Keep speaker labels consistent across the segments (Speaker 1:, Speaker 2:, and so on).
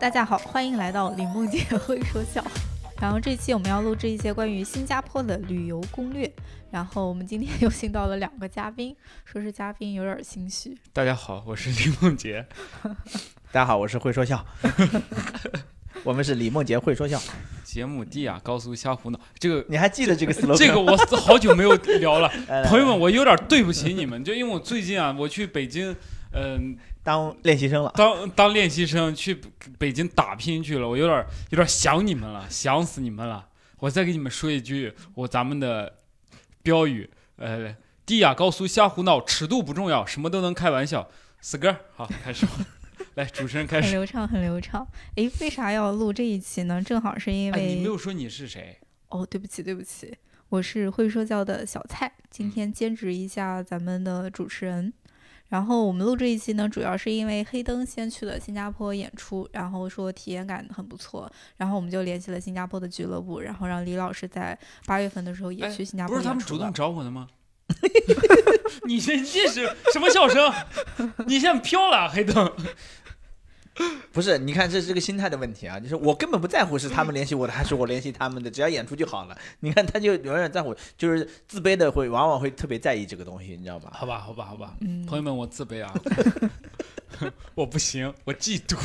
Speaker 1: 大家好，欢迎来到林梦姐会说笑。 然后这期我们要录制一些关于新加坡的旅游攻略。然后我们今天又请到了两个嘉宾，说是嘉宾有点心虚。
Speaker 2: 大家好，我是林梦洁。
Speaker 3: 大家好，我是会说 笑，我们是李梦洁会说笑。
Speaker 2: 节目地啊，高速瞎胡闹，这个
Speaker 3: 你还记 得这个 slogan？
Speaker 2: 这个我好久没有聊 了。
Speaker 3: 来来
Speaker 2: 朋友们，我有点对不起你们，就因为我最近啊，我去北京，嗯、
Speaker 3: 当练习生了，
Speaker 2: 当当练习生去北京打拼去了，我有点有点想你们了，想死你们了。我再给你们说一句，我咱们的标语，呃，地亚高速瞎胡闹，尺度不重要，什么都能开玩笑。死哥，好，开始吧。来，主持人开
Speaker 1: 很
Speaker 2: 始。
Speaker 1: 流畅，很流畅。诶，为啥要录这一期呢？正好是因
Speaker 2: 哎，你没
Speaker 1: 为、
Speaker 2: 有说你是谁？
Speaker 1: 哦，对不起，对不起，我是会说教的小蔡，今天兼职一下咱们的主持人。然后我们录这一期呢，主要是因为黑灯先去了新加坡演出，然后说体验感很不错，然后我们就联系了新加坡的俱乐部，然后让李老师在八月份的时候也
Speaker 2: 哎
Speaker 1: 去新加坡
Speaker 2: 不是
Speaker 1: 演出了。
Speaker 2: 他们主动找我的吗？ 你这你这是什么笑声？你现在飘了，黑灯。
Speaker 3: 不是？你看这是个心态的问题啊，就是我根本不在乎是他们联系我的还是我联系他们的，只要演出就好了。你看他就永远在乎，就是自卑的会往往会特别在意这个东西，你知道吧？
Speaker 2: 好吧，好吧，好吧，
Speaker 1: 嗯，
Speaker 2: 朋友们，我自卑啊， 我不行，我嫉妒。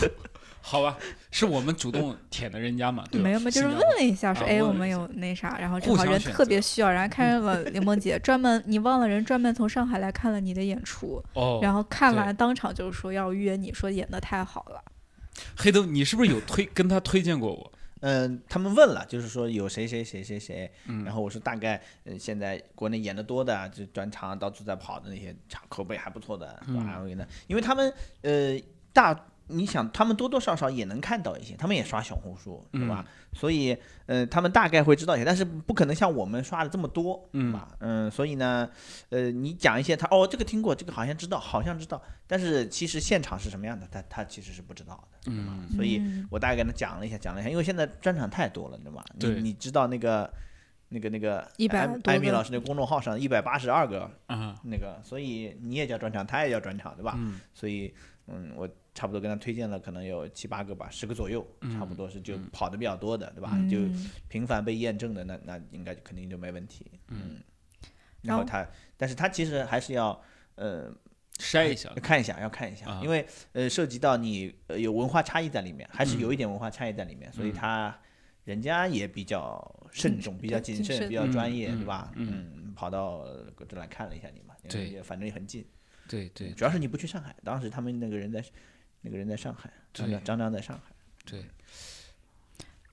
Speaker 2: 好吧，是我们主动舔的人家嘛？对吧？
Speaker 1: 没有嘛，就是
Speaker 2: 新
Speaker 1: 问
Speaker 2: 加坡
Speaker 1: 了一下，说
Speaker 2: 啊
Speaker 1: 哎，
Speaker 2: 问
Speaker 1: 我
Speaker 2: 了
Speaker 1: 们
Speaker 2: 一下
Speaker 1: 有那啥，然后
Speaker 2: 互
Speaker 1: 正好
Speaker 2: 相
Speaker 1: 人
Speaker 2: 选
Speaker 1: 特别
Speaker 2: 择
Speaker 1: 需要，然后看上了柠檬 姐，专门你忘了人专门从上海来看了你的演出，
Speaker 2: 哦，
Speaker 1: 然后看
Speaker 2: 对
Speaker 1: 完当场就说要约你，说演的太好了。
Speaker 2: 黑灯，你是不是有推跟他推荐过我？
Speaker 3: 嗯，他们问了，就是说有谁谁谁谁谁，
Speaker 2: 嗯
Speaker 3: 然后我说大概嗯现在国内演的多的啊，就专场到处在跑的那些场，口碑还不错的，是吧？
Speaker 2: 嗯
Speaker 3: 然后给他，因为他们呃大，你想他们多多少少也能看到一些，他们也刷小红书，是吧？
Speaker 2: 嗯
Speaker 3: 所以呃他们大概会知道一些，但是不可能像我们刷的这么多，
Speaker 2: 嗯
Speaker 3: 是吧？嗯，所以呢，呃，你讲一些他哦这个听过，这个好像知道，好像知道，但是其实现场是什么样的，他他其实是不知道的，是吧？
Speaker 2: 嗯
Speaker 3: 所以。
Speaker 1: 嗯
Speaker 3: 我大概跟他讲了一下，讲了一下，因为现在专场太多了，你知道吧？你
Speaker 2: 对
Speaker 3: 你知道那个那个那个
Speaker 1: 100
Speaker 3: 艾
Speaker 1: 多个
Speaker 3: 艾米老师那个公众号上一百八十二个
Speaker 2: 啊，
Speaker 3: 那个，所以你也叫专场，他也叫专场，对吧？
Speaker 2: 嗯
Speaker 3: 所以嗯，我差不多跟他推荐了，可能有七八个吧，十个左右，
Speaker 2: 嗯
Speaker 3: 差不多是就
Speaker 2: 嗯
Speaker 3: 跑的比较多的，对吧？啊就
Speaker 1: 嗯，
Speaker 3: 频繁被验证的，那那应该肯定就没问题。
Speaker 2: 嗯，
Speaker 3: 然
Speaker 1: 然
Speaker 3: 后
Speaker 1: 后
Speaker 3: 他，但是他其实还是要呃
Speaker 2: 筛一下
Speaker 3: 要，看一下，要看一下，
Speaker 2: 啊
Speaker 3: 因为呃，涉及到你呃有文化差异在里面，还是有一点文化差异在里面，所以
Speaker 2: 嗯
Speaker 3: 他人家也比较慎重，比较谨
Speaker 1: 谨慎
Speaker 3: 慎，比较专业，
Speaker 2: 嗯
Speaker 3: 对吧？
Speaker 2: 嗯
Speaker 3: 嗯，跑到这来看了一下你嘛，因为
Speaker 2: 对
Speaker 3: 也反正也很近，
Speaker 2: 对对
Speaker 3: 主要是你不去上海，当时他们那个人在那个人在上海，张
Speaker 2: 对
Speaker 3: 张张张在上海，
Speaker 2: 对，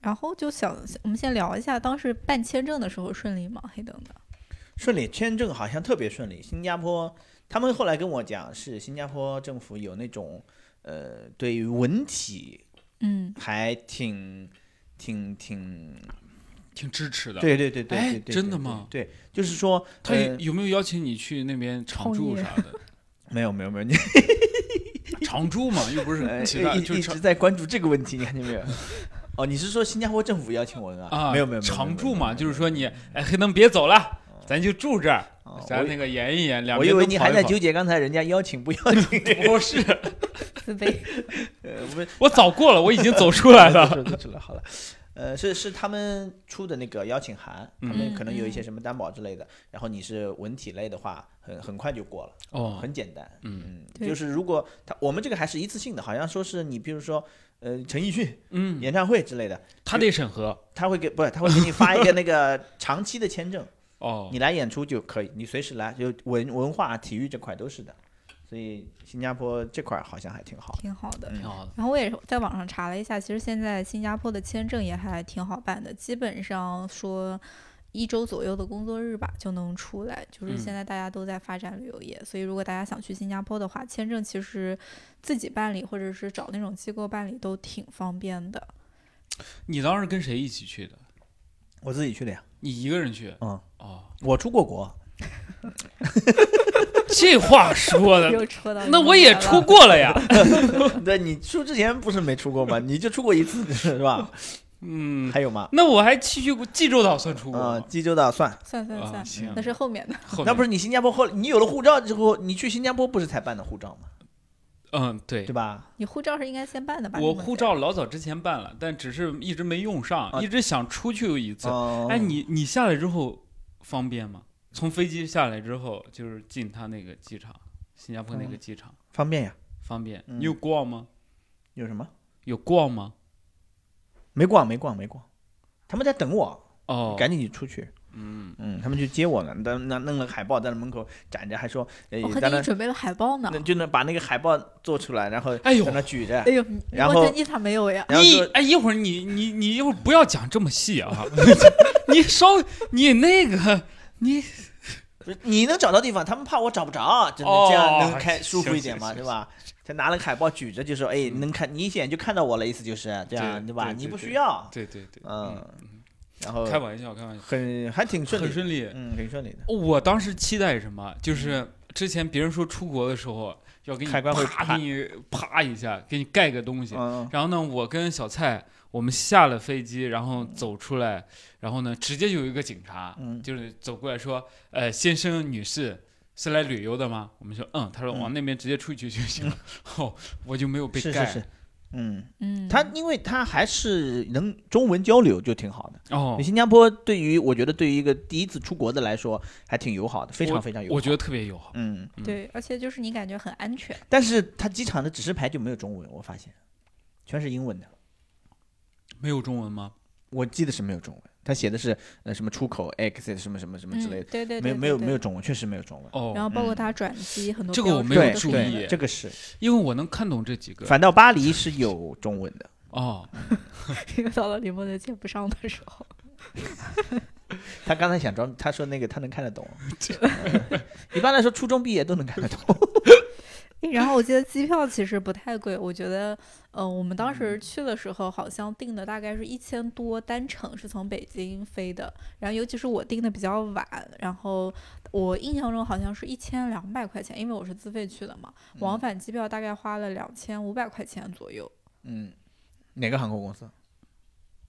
Speaker 1: 然后就想，我们先聊一下当时办签证的时候顺利吗？黑灯的，
Speaker 3: 顺利签证好像特别顺利，新加坡他们后来跟我讲是新加坡政府有那种呃对于文体
Speaker 1: 嗯，
Speaker 3: 还挺挺挺
Speaker 2: 挺支持的。，
Speaker 3: 对对对对
Speaker 2: 哎
Speaker 3: 对对，
Speaker 2: 真的
Speaker 3: 对
Speaker 2: 吗
Speaker 3: 对，就是说，
Speaker 2: 他
Speaker 3: 呃
Speaker 2: 有没有邀请你去那边常住
Speaker 1: 创业
Speaker 2: 啥的？
Speaker 3: 没有没有没有，你
Speaker 2: 常住嘛，又不 是
Speaker 3: 呃
Speaker 2: 其他，
Speaker 3: 一
Speaker 2: 就
Speaker 3: 一
Speaker 2: 是常
Speaker 3: 直在关注这个问题，你看见没有？哦，你是说新加坡政府邀请我的
Speaker 2: 啊，
Speaker 3: 没有没有没有没有
Speaker 2: 常
Speaker 3: 没有
Speaker 2: 住
Speaker 3: 没
Speaker 2: 嘛，
Speaker 3: 有
Speaker 2: 就是
Speaker 3: 没有
Speaker 2: 说你哎，黑灯别走了，咱就住这儿，
Speaker 3: 哦
Speaker 2: 咱那个演一演，两
Speaker 3: 我以
Speaker 2: 边都
Speaker 3: 为你
Speaker 2: 跑
Speaker 3: 还
Speaker 2: 一
Speaker 3: 在
Speaker 2: 跑
Speaker 3: 纠结刚才人家邀 请不邀请，
Speaker 2: 不是，
Speaker 1: 自卑。
Speaker 3: 呃，不是
Speaker 2: 我早过了，我已经走出 来了。
Speaker 3: 都出来出来好了。呃，是是他们出的那个邀请函，他
Speaker 2: 嗯
Speaker 3: 们可能有一些什么担保之类的，然后你是文体类的话，很很快就过了。
Speaker 2: 哦，
Speaker 3: 很简单，
Speaker 2: 嗯
Speaker 1: 对
Speaker 3: 就是如果他我们这个还是一次性的，好像说是你比如说，呃，陈奕迅
Speaker 2: 嗯，
Speaker 3: 演唱会之类的，
Speaker 2: 他得审核
Speaker 3: 他会给不是他会给你发一个那个长期的签证，
Speaker 2: 哦，
Speaker 3: 你来演出就可以，你随时来，就文文化、体育这块都是的，所以新加坡这块好像还挺好。
Speaker 1: 挺好的。
Speaker 3: 嗯
Speaker 2: 挺好的。
Speaker 1: 然后我也是在网上查了一下，其实现在新加坡的签证也还挺好办的，基本上说一周左右的工作日吧就能出来。就是
Speaker 2: 嗯
Speaker 1: 现在大家都在发展旅游业，所以如果大家想去新加坡的话，签证其实自己办理或者是找那种机构办理都挺方便的。
Speaker 2: 你当时跟谁一起去的？
Speaker 3: 我自己去的呀，
Speaker 2: 你一个人去？
Speaker 3: 嗯，
Speaker 2: 哦，
Speaker 3: 我出过国，
Speaker 2: 这话说 的，
Speaker 1: 又戳到
Speaker 2: 那
Speaker 1: 你
Speaker 2: 我也
Speaker 1: 了
Speaker 2: 出过了呀。
Speaker 3: 对你出之前不是没出 过吗？你就出过一次是吧？
Speaker 2: 嗯，
Speaker 3: 还有吗？
Speaker 2: 那我还去去过济州岛算出国
Speaker 3: 嗯，
Speaker 2: 吗？
Speaker 3: 济州岛算，
Speaker 1: 算算
Speaker 2: 啊
Speaker 1: 算，
Speaker 2: 行
Speaker 1: 那是后面的。
Speaker 2: 后
Speaker 3: 那不
Speaker 2: 是
Speaker 3: 是你新加坡后，你有了护照之后，你去新加坡不是才办的护照吗？
Speaker 2: 嗯，对
Speaker 3: 对，吧？
Speaker 1: 你护照是应该先办的吧？
Speaker 2: 我
Speaker 1: 你们
Speaker 2: 护照老早之前办了，但只是一直没用上，
Speaker 3: 啊
Speaker 2: 一直想出去一次。
Speaker 3: 哦
Speaker 2: 哎，你你下来之后方便吗？从飞机下来之后，就是进他那个机场，新加坡那个
Speaker 3: 嗯
Speaker 2: 机场、
Speaker 3: 方便呀？
Speaker 2: 方便。
Speaker 3: 嗯
Speaker 2: 你有逛吗？
Speaker 3: 有什么？
Speaker 2: 有逛吗？
Speaker 3: 没逛，没逛，没逛。他们在等我，
Speaker 2: 哦，
Speaker 3: 赶紧出去。
Speaker 2: 嗯，
Speaker 3: 嗯，他们去接我呢，那那弄了海报在那门口展着，还
Speaker 2: 哦
Speaker 3: 说，哎
Speaker 1: 我，还
Speaker 3: 在
Speaker 1: 给
Speaker 3: 那
Speaker 1: 你准备了海报呢
Speaker 3: 那。就能把那个海报做出来，然后
Speaker 2: 啊哎呦
Speaker 3: 在那举着
Speaker 1: 哎，呦，
Speaker 3: 然
Speaker 1: 我
Speaker 3: 后
Speaker 1: 真一场没有呀。
Speaker 3: 然后
Speaker 2: 你
Speaker 3: 说
Speaker 2: 哎，一会儿你你你一会儿不要讲这么细啊， 你稍微你那个你
Speaker 3: 不是你能找到地方，他们怕我找不着，真的
Speaker 2: 哦
Speaker 3: 这样能开舒服
Speaker 2: 行
Speaker 3: 一点嘛，
Speaker 2: 行
Speaker 3: 对吧？他拿了个海报举着就说，哎，
Speaker 2: 嗯
Speaker 3: 能看你一眼就看到我了，意思就是这样，
Speaker 2: 对
Speaker 3: 对吧？
Speaker 2: 对
Speaker 3: 你
Speaker 2: 对
Speaker 3: 不
Speaker 2: 对
Speaker 3: 需要，
Speaker 2: 对对对，
Speaker 3: 嗯，然后
Speaker 2: 开玩笑开玩笑，
Speaker 3: 很还挺顺利
Speaker 2: 很
Speaker 3: 的，
Speaker 2: 顺利。
Speaker 3: 嗯，挺顺利的。
Speaker 2: 我当时期待什么？就是之前别人说出国的时候要给你
Speaker 3: 海关会
Speaker 2: 啪
Speaker 3: 啪
Speaker 2: 给你啪一下，给你盖个东西。
Speaker 3: 嗯，
Speaker 2: 然后呢，我跟小蔡我们下了飞机，然后走出来，然后呢，直接有一个警察
Speaker 3: 嗯
Speaker 2: 就是走过来说：“呃，先生女士。”是来旅游的吗？我们说，嗯，他说
Speaker 3: 嗯
Speaker 2: 往那边直接出去就行了。 哦，我就没有被
Speaker 3: 是
Speaker 2: 盖。
Speaker 3: 是是，嗯，
Speaker 1: 嗯，
Speaker 3: 他因为他还是能中文交流就挺好的。
Speaker 2: 哦，
Speaker 3: 新加坡对于我觉得对于一个第一次出国的来说还挺友好的，非常非常友好。
Speaker 2: 我觉得特别友好。
Speaker 3: 嗯，
Speaker 2: 嗯
Speaker 1: 对，而且就是你感觉很安全。
Speaker 3: 但是他机场的指示牌就没有中文，我发现全是英文的。
Speaker 2: 没有中文吗？
Speaker 3: 我记得是没有中文，他写的是呃什么出口 exit 什么什么什么之类
Speaker 1: 嗯，
Speaker 3: 的，
Speaker 1: 对对对，
Speaker 3: 没有
Speaker 1: 对
Speaker 3: 没有没有。
Speaker 1: 对
Speaker 3: 中文，确实没有中文。
Speaker 1: 然
Speaker 2: 哦，
Speaker 1: 后包括
Speaker 3: 嗯
Speaker 1: 他转机很多
Speaker 2: 这
Speaker 1: 标
Speaker 2: 个
Speaker 1: 准都
Speaker 2: 我
Speaker 1: 是
Speaker 2: 没
Speaker 1: 黑
Speaker 2: 有
Speaker 1: 的，
Speaker 3: 对
Speaker 2: 注意嗯
Speaker 3: 对，这个是。
Speaker 2: 因为我能看懂这几个。
Speaker 3: 反呃倒巴黎是有中文的，
Speaker 2: 哦，
Speaker 1: 因为到了李梦洁接不上的时候，
Speaker 3: 他刚才想装，他说那个 他能看得懂。嗯一般来说，初中毕业都能看得懂。
Speaker 1: 诶然后我记得机票其实不太贵，我觉得，呃，我们当时去的时候好像订的大概是一千多单程，是从北京飞的，然后尤其是我订的比较晚，然后我印象中好像是一千两百块钱，因为我是自费去的嘛，往返机票大概花了两千五百块钱左右，
Speaker 3: 嗯，哪个航空公司？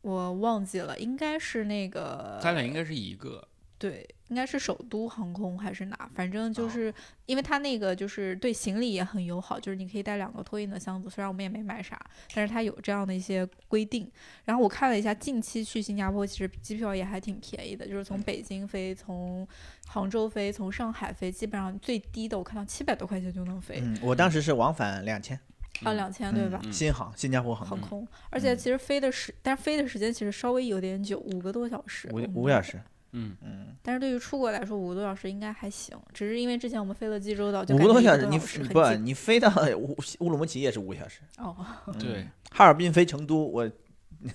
Speaker 1: 我忘记了，应该是那个
Speaker 2: 咱俩应该是一个。
Speaker 1: 对，应该是首都航空还是哪，反正就
Speaker 3: 哦
Speaker 1: 是、因为它那个就是对行李也很友好，就是你可以带两个托运的箱子，虽然我们也没买啥，但是它有这样的一些规定。然后我看了一下，近期去新加坡其实机票也还挺便宜的，就是
Speaker 3: 嗯
Speaker 1: 从北京飞、从杭州飞、从上海飞，基本上最低的我看到七百多块钱就能飞，
Speaker 3: 嗯，我当时是往返两千，
Speaker 1: 啊
Speaker 2: 嗯
Speaker 1: 两千对
Speaker 3: 嗯
Speaker 1: 吧？
Speaker 2: 嗯
Speaker 3: 新航，新加坡航
Speaker 1: 航
Speaker 3: 空，
Speaker 1: 空，而且
Speaker 3: 嗯
Speaker 1: 其实飞的时，但是飞的时间其实稍微有点久，五个多小时，
Speaker 3: 五
Speaker 1: 我们
Speaker 3: 五个小时，
Speaker 2: 嗯，
Speaker 3: 嗯，
Speaker 1: 但是对于出国来说，五个多小时应该还行，只是因为之前我们飞了济州岛，就
Speaker 3: 五
Speaker 1: 感
Speaker 3: 个
Speaker 1: 觉
Speaker 3: 多
Speaker 1: 一
Speaker 3: 小
Speaker 1: 个
Speaker 3: 时，
Speaker 1: 多
Speaker 3: 你
Speaker 1: 时很
Speaker 3: 不
Speaker 1: 近
Speaker 3: 你飞到乌乌鲁木齐也是五个小时，
Speaker 1: 哦，
Speaker 3: 嗯
Speaker 2: 对，
Speaker 3: 哈尔滨飞成都，我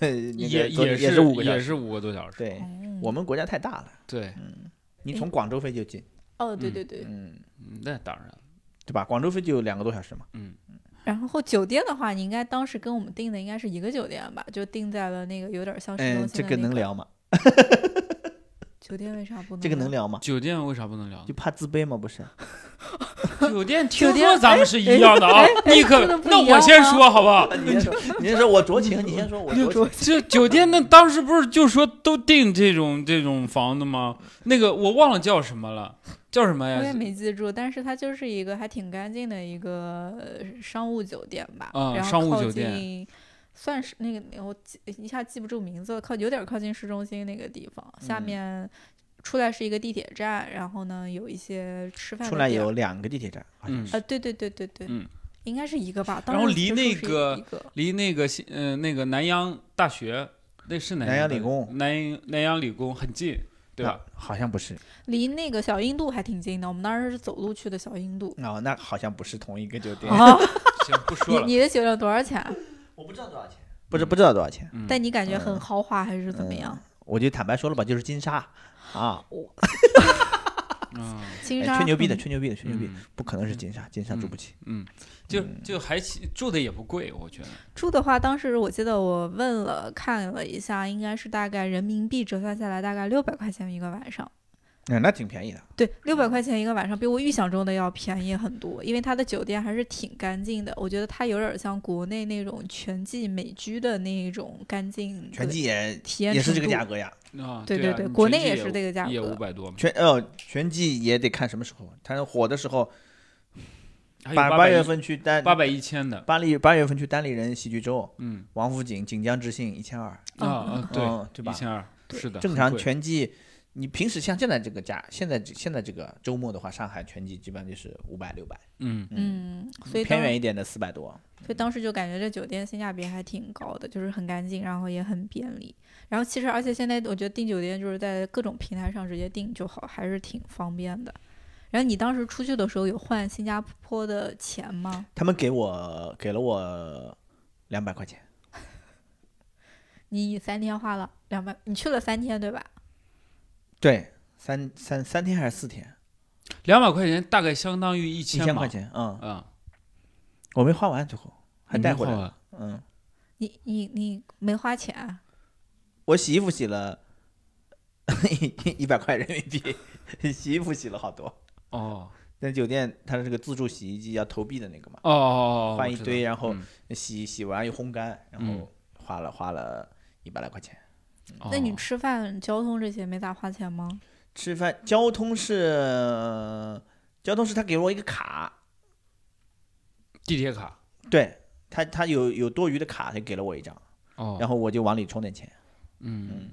Speaker 3: 那个
Speaker 2: 也
Speaker 3: 昨天
Speaker 2: 是
Speaker 3: 也是五个小
Speaker 2: 也
Speaker 3: 时，
Speaker 2: 是五个多小时。
Speaker 3: 对嗯
Speaker 1: 嗯
Speaker 3: 哎
Speaker 1: 哎
Speaker 3: 我们国家太大了，
Speaker 2: 对，
Speaker 3: 你从广州飞就近，
Speaker 1: 哦，对
Speaker 2: 嗯
Speaker 1: 对对。
Speaker 3: 嗯，
Speaker 2: 嗯那当然了。
Speaker 3: 对吧？广州飞就两个多小时嘛，
Speaker 2: 嗯，
Speaker 1: 然后酒店的话，你应该当时跟我们订的应该是一个酒店吧，就订在了那个有点像市中
Speaker 3: 嗯，
Speaker 1: 心
Speaker 3: 这
Speaker 1: 的
Speaker 3: 个
Speaker 1: 那
Speaker 3: 能聊吗？
Speaker 1: 酒店为啥不能？
Speaker 3: 这个能。聊吗？
Speaker 2: 酒店为啥不能聊
Speaker 3: 就？怕自卑吗？不是，
Speaker 2: 酒店听
Speaker 1: 酒店
Speaker 2: 说咱们是一样的啊
Speaker 1: 哎，哎
Speaker 2: 你
Speaker 1: 说
Speaker 2: 可
Speaker 1: 得不一
Speaker 2: 那
Speaker 1: 样啊
Speaker 2: 我先
Speaker 1: 吗
Speaker 2: 说好 不好？
Speaker 3: 你先说，你先说，我酌情，你先说，我酌情。
Speaker 2: 这酒店那当时不是就说都订这种这种房的吗？那个我忘了叫什么了，叫什么
Speaker 1: 我也
Speaker 2: 呀？
Speaker 1: 没记住，但是它就是一个还挺干净的一个呃商务酒店吧，
Speaker 2: 啊
Speaker 1: 然后
Speaker 2: 商务
Speaker 1: 靠
Speaker 2: 酒店
Speaker 1: 近算是那个我记一下记不住名字了，靠有点靠近市中心那个地方，下
Speaker 3: 嗯
Speaker 1: 面出来是一个地铁站，然后呢有一些吃饭的
Speaker 3: 出来
Speaker 1: 地儿
Speaker 3: 有两个地铁站，好像
Speaker 2: 嗯
Speaker 1: 啊，
Speaker 3: 是
Speaker 1: 对对对对对，
Speaker 2: 嗯
Speaker 1: 应该是一个吧。当
Speaker 2: 然后
Speaker 1: 时
Speaker 2: 离
Speaker 1: 就说
Speaker 2: 那
Speaker 1: 是
Speaker 2: 个
Speaker 1: 一个
Speaker 2: 离那个新呃那个南洋大学，那是南
Speaker 3: 南洋
Speaker 2: 大
Speaker 3: 理
Speaker 2: 学
Speaker 3: 工，
Speaker 2: 南南洋理工很近，对吧？？
Speaker 3: 那好像不是，
Speaker 1: 离那个小印度还挺近的，我们当时是走路去的小印度。
Speaker 3: 哦，那好像不是同一个酒店。
Speaker 1: 啊，
Speaker 2: 行，不说了。
Speaker 1: 你你的酒店多少钱啊？
Speaker 3: 我不知道多少钱，不是不知道多少钱，
Speaker 2: 嗯
Speaker 1: 但你感觉很
Speaker 3: 嗯
Speaker 1: 豪华还是怎么样？
Speaker 3: 我就坦白说了吧，就是金沙啊，
Speaker 2: 嗯
Speaker 1: 金
Speaker 3: 哎
Speaker 1: 沙
Speaker 3: 吹牛逼的，
Speaker 1: 很
Speaker 3: 吹牛逼的，吹牛逼的
Speaker 2: 嗯，
Speaker 3: 不可能是金沙，金沙住不起。
Speaker 2: 嗯，就
Speaker 3: 嗯
Speaker 2: 就还行住的也不贵，我觉得。
Speaker 1: 住的话，当时我记得我问了看了一下，应该是大概人民币折算下来大概六百块钱一个晚上。
Speaker 3: 嗯，那挺便宜的。
Speaker 1: 对，六百块钱一个晚上，比我预想中的要便宜很多，因为它的酒店还是挺干净的。我觉得它有点像国内那种全季美居的那种干净，
Speaker 3: 全季也
Speaker 1: 体验
Speaker 3: 也是这个
Speaker 1: 程度
Speaker 3: 价格呀，
Speaker 2: 啊，
Speaker 1: 对
Speaker 2: 对
Speaker 1: 对，
Speaker 2: 啊
Speaker 1: 国内
Speaker 2: 全季
Speaker 1: 也
Speaker 2: 也
Speaker 1: 是这个价
Speaker 2: 也五
Speaker 1: 格。
Speaker 2: 百多嘛。
Speaker 3: 全哦全季也得看什么时候，它火的时候，
Speaker 2: 还有
Speaker 3: 八
Speaker 2: 八
Speaker 3: 月份去单
Speaker 2: 八百一千的，
Speaker 3: 巴黎八月份去单立人喜剧周，
Speaker 2: 嗯
Speaker 3: 王府井锦江之信一千二，
Speaker 2: 啊啊对，
Speaker 3: 嗯对
Speaker 2: 一
Speaker 3: 吧？
Speaker 2: 千二，
Speaker 1: 对
Speaker 2: 是的，
Speaker 3: 正
Speaker 2: 很
Speaker 3: 常
Speaker 2: 贵
Speaker 3: 全季，你平时像现在这个价，现在这现在这个周末的话，上海全季基本上就是五百六百，
Speaker 2: 嗯
Speaker 1: 嗯，所以
Speaker 3: 偏
Speaker 1: 当
Speaker 3: 远一点的四百多。
Speaker 1: 所以当时就感觉这酒店性价比还挺高的，就是很干净，然后也很便利。然后其实，而且现在我觉得订酒店就是在各种平台上直接订就好，还是挺方便的。然后你当时出去的时候有换新加坡的钱吗？
Speaker 3: 他们给我给了我两百块钱，
Speaker 1: 你三天花了两百，你去了三天对吧？
Speaker 3: 对，三三三天还是四天？
Speaker 2: 两百块钱大概相当于一
Speaker 3: 一
Speaker 2: 千
Speaker 3: 千块钱，嗯，
Speaker 2: 啊，
Speaker 3: 我没花完，最后还带回来
Speaker 2: 你
Speaker 3: 了，
Speaker 2: 好啊
Speaker 3: 嗯，
Speaker 1: 你你你没花钱啊？
Speaker 3: 我洗衣服洗了 一百块人民币， 洗衣服洗了好多。
Speaker 2: 哦
Speaker 3: 那酒店它是个自助洗衣机要投币的那个嘛，
Speaker 2: 哦哦，
Speaker 3: 换
Speaker 2: 我
Speaker 3: 一
Speaker 2: 知
Speaker 3: 堆
Speaker 2: 道
Speaker 3: 然后
Speaker 2: 嗯
Speaker 3: 洗洗完又烘干，然
Speaker 2: 嗯
Speaker 3: 后花了花了一百来块钱。
Speaker 1: 那你
Speaker 2: 哦
Speaker 1: 吃饭、交通这些没咋花钱吗？
Speaker 3: 吃饭交通是交通是他给我一个卡，
Speaker 2: 地铁卡
Speaker 3: 对他他有有多余的卡，他给了我一张，
Speaker 2: 哦，
Speaker 3: 然后我就往里充点钱。
Speaker 2: 嗯，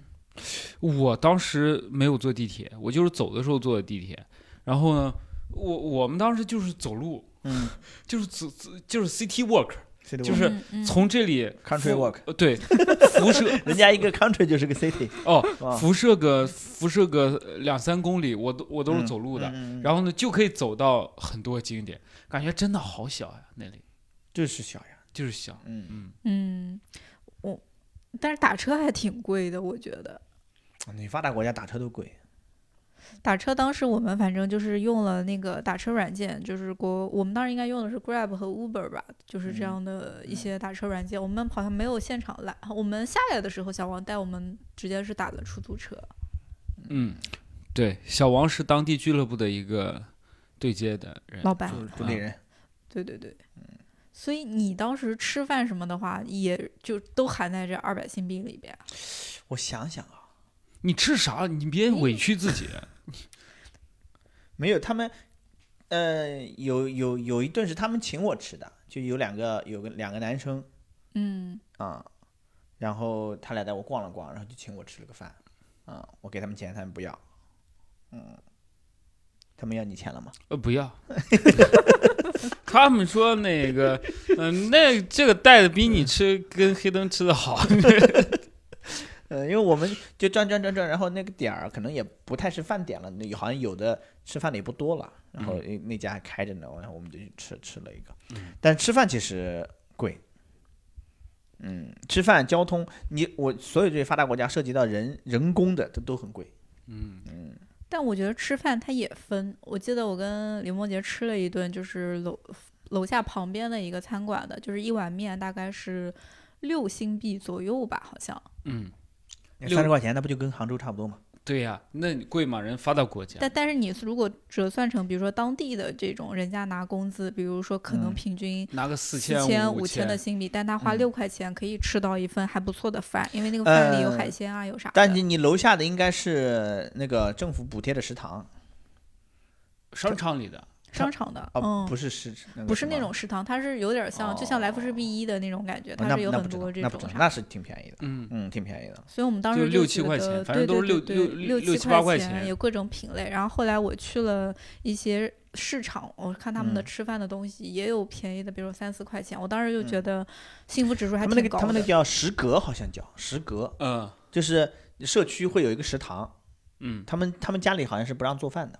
Speaker 2: 我当时没有坐地铁，我就是走的时候坐的地铁。然后呢，我我们当时就是走路，
Speaker 3: 嗯，
Speaker 2: 就是走走就是 city walk，
Speaker 3: 是的，
Speaker 2: 就
Speaker 3: 我
Speaker 2: 是
Speaker 1: 嗯嗯
Speaker 2: 从这里
Speaker 3: country
Speaker 2: 辐
Speaker 3: walk，
Speaker 2: 呃 对辐射
Speaker 3: 人家一个 country 就是个 city，
Speaker 2: 哦
Speaker 3: 哇
Speaker 2: 辐射个辐射个呃两三公里，我都我都是
Speaker 3: 嗯
Speaker 2: 走路的。
Speaker 3: 嗯嗯嗯
Speaker 2: 然后呢，就可以走到很多景点，感觉真的好小呀，那里
Speaker 3: 就是小呀，
Speaker 2: 就是小。
Speaker 3: 嗯，
Speaker 2: 嗯，
Speaker 1: 嗯，我但是打车还挺贵的，我觉得
Speaker 3: 你发达国家打车都贵，
Speaker 1: 打车当时我们反正就是用了那个打车软件，就是国我们当时应该用的是 Grab 和 Uber 吧，就是这
Speaker 3: 嗯
Speaker 1: 样的一
Speaker 3: 嗯
Speaker 1: 些打车软件。我们好像没有现场来，我们下来的时候，小王带我们直接是打的出租车。
Speaker 2: 嗯，对，小王是当地俱乐部的一个对接的人，啊
Speaker 1: 老板，
Speaker 3: 主主理人
Speaker 1: 对对对，
Speaker 3: 嗯
Speaker 1: 所以你当时吃饭什么的话，也就都含在这二百新币里边。
Speaker 3: 我想想啊，
Speaker 2: 你吃啥？你别委屈自己。
Speaker 3: 没有他们，呃，有有有一顿是他们请我吃的，就有两个有个两个男生
Speaker 1: 嗯，
Speaker 3: 啊、然后他俩带我逛了逛，然后就请我吃了个饭，啊、我给他们钱，他们不要，嗯，他们要你钱了吗？
Speaker 2: 呃，不 要。他们说那个，嗯、那这个带的比你吃跟黑灯吃的好。
Speaker 3: 呃，因为我们就转转转转，然后那个点儿可能也不太是饭点了，那好像有的吃饭的也不多了，然后那那家还开着呢，然后我们就去吃吃了一个，但吃饭其实贵，嗯，吃饭、交通，你我所有这些发达国家涉及到人人工的，都都很贵，
Speaker 2: 嗯，
Speaker 1: 但我觉得吃饭它也分。我记得我跟林梦洁吃了一顿，就是楼楼下旁边的一个餐馆的，就是一碗面大概是六新币左右吧，好像。
Speaker 2: 嗯，六
Speaker 3: 三十块钱那不就跟杭州差不多吗？
Speaker 2: 对呀、那你贵吗？人发达国家。
Speaker 1: 但但是你如果折算成，比如说当地的这种人家拿工资，比如说可能
Speaker 3: 嗯
Speaker 1: 平均
Speaker 2: 拿个四
Speaker 1: 四
Speaker 2: 千
Speaker 1: 五
Speaker 2: 千
Speaker 1: 的新币，但他花
Speaker 3: 嗯
Speaker 1: 六块钱可以吃到一份还不错的饭，因为那个饭里有
Speaker 3: 呃
Speaker 1: 海鲜啊，有啥的。
Speaker 3: 但你你楼下的应该是那个政府补贴的食堂
Speaker 2: 商场里的。
Speaker 1: 商场的，
Speaker 3: 啊，
Speaker 1: 嗯，
Speaker 3: 不是食那个
Speaker 1: 不是
Speaker 3: 什
Speaker 1: 那
Speaker 3: 么
Speaker 1: 种食堂，它是有点像，就像莱福士 B 一的那种感觉，
Speaker 3: 哦
Speaker 1: 它
Speaker 3: 那
Speaker 1: 是有
Speaker 3: 那
Speaker 1: 很
Speaker 3: 不知道
Speaker 1: 多这
Speaker 3: 那不
Speaker 1: 种
Speaker 3: 知道
Speaker 1: 啥
Speaker 3: 那是挺便宜的，
Speaker 2: 嗯，
Speaker 3: 嗯，挺便宜的。
Speaker 1: 所以我们当
Speaker 2: 就
Speaker 1: 时
Speaker 2: 六
Speaker 1: 就
Speaker 2: 七
Speaker 1: 觉
Speaker 2: 块钱
Speaker 1: 得
Speaker 2: 反正
Speaker 1: 对
Speaker 2: 都是
Speaker 1: 对
Speaker 2: 六
Speaker 1: 对
Speaker 2: 六
Speaker 1: 对
Speaker 2: 六
Speaker 1: 七
Speaker 2: 七八块
Speaker 1: 钱，
Speaker 2: 钱
Speaker 1: 有各种品类。然后后来我去了一些市场，我看他们的
Speaker 3: 嗯
Speaker 1: 吃饭的东西也有便宜的，比如三四块钱。我当时就觉
Speaker 3: 嗯
Speaker 1: 得幸福指数还
Speaker 3: 他
Speaker 1: 挺
Speaker 3: 们那个
Speaker 1: 高
Speaker 3: 他们那
Speaker 1: 的
Speaker 3: 个叫食阁，好像叫食阁，
Speaker 2: 嗯
Speaker 3: 就是社区会有一个食堂，
Speaker 2: 嗯
Speaker 3: 他们他们家里好像是不让做饭的，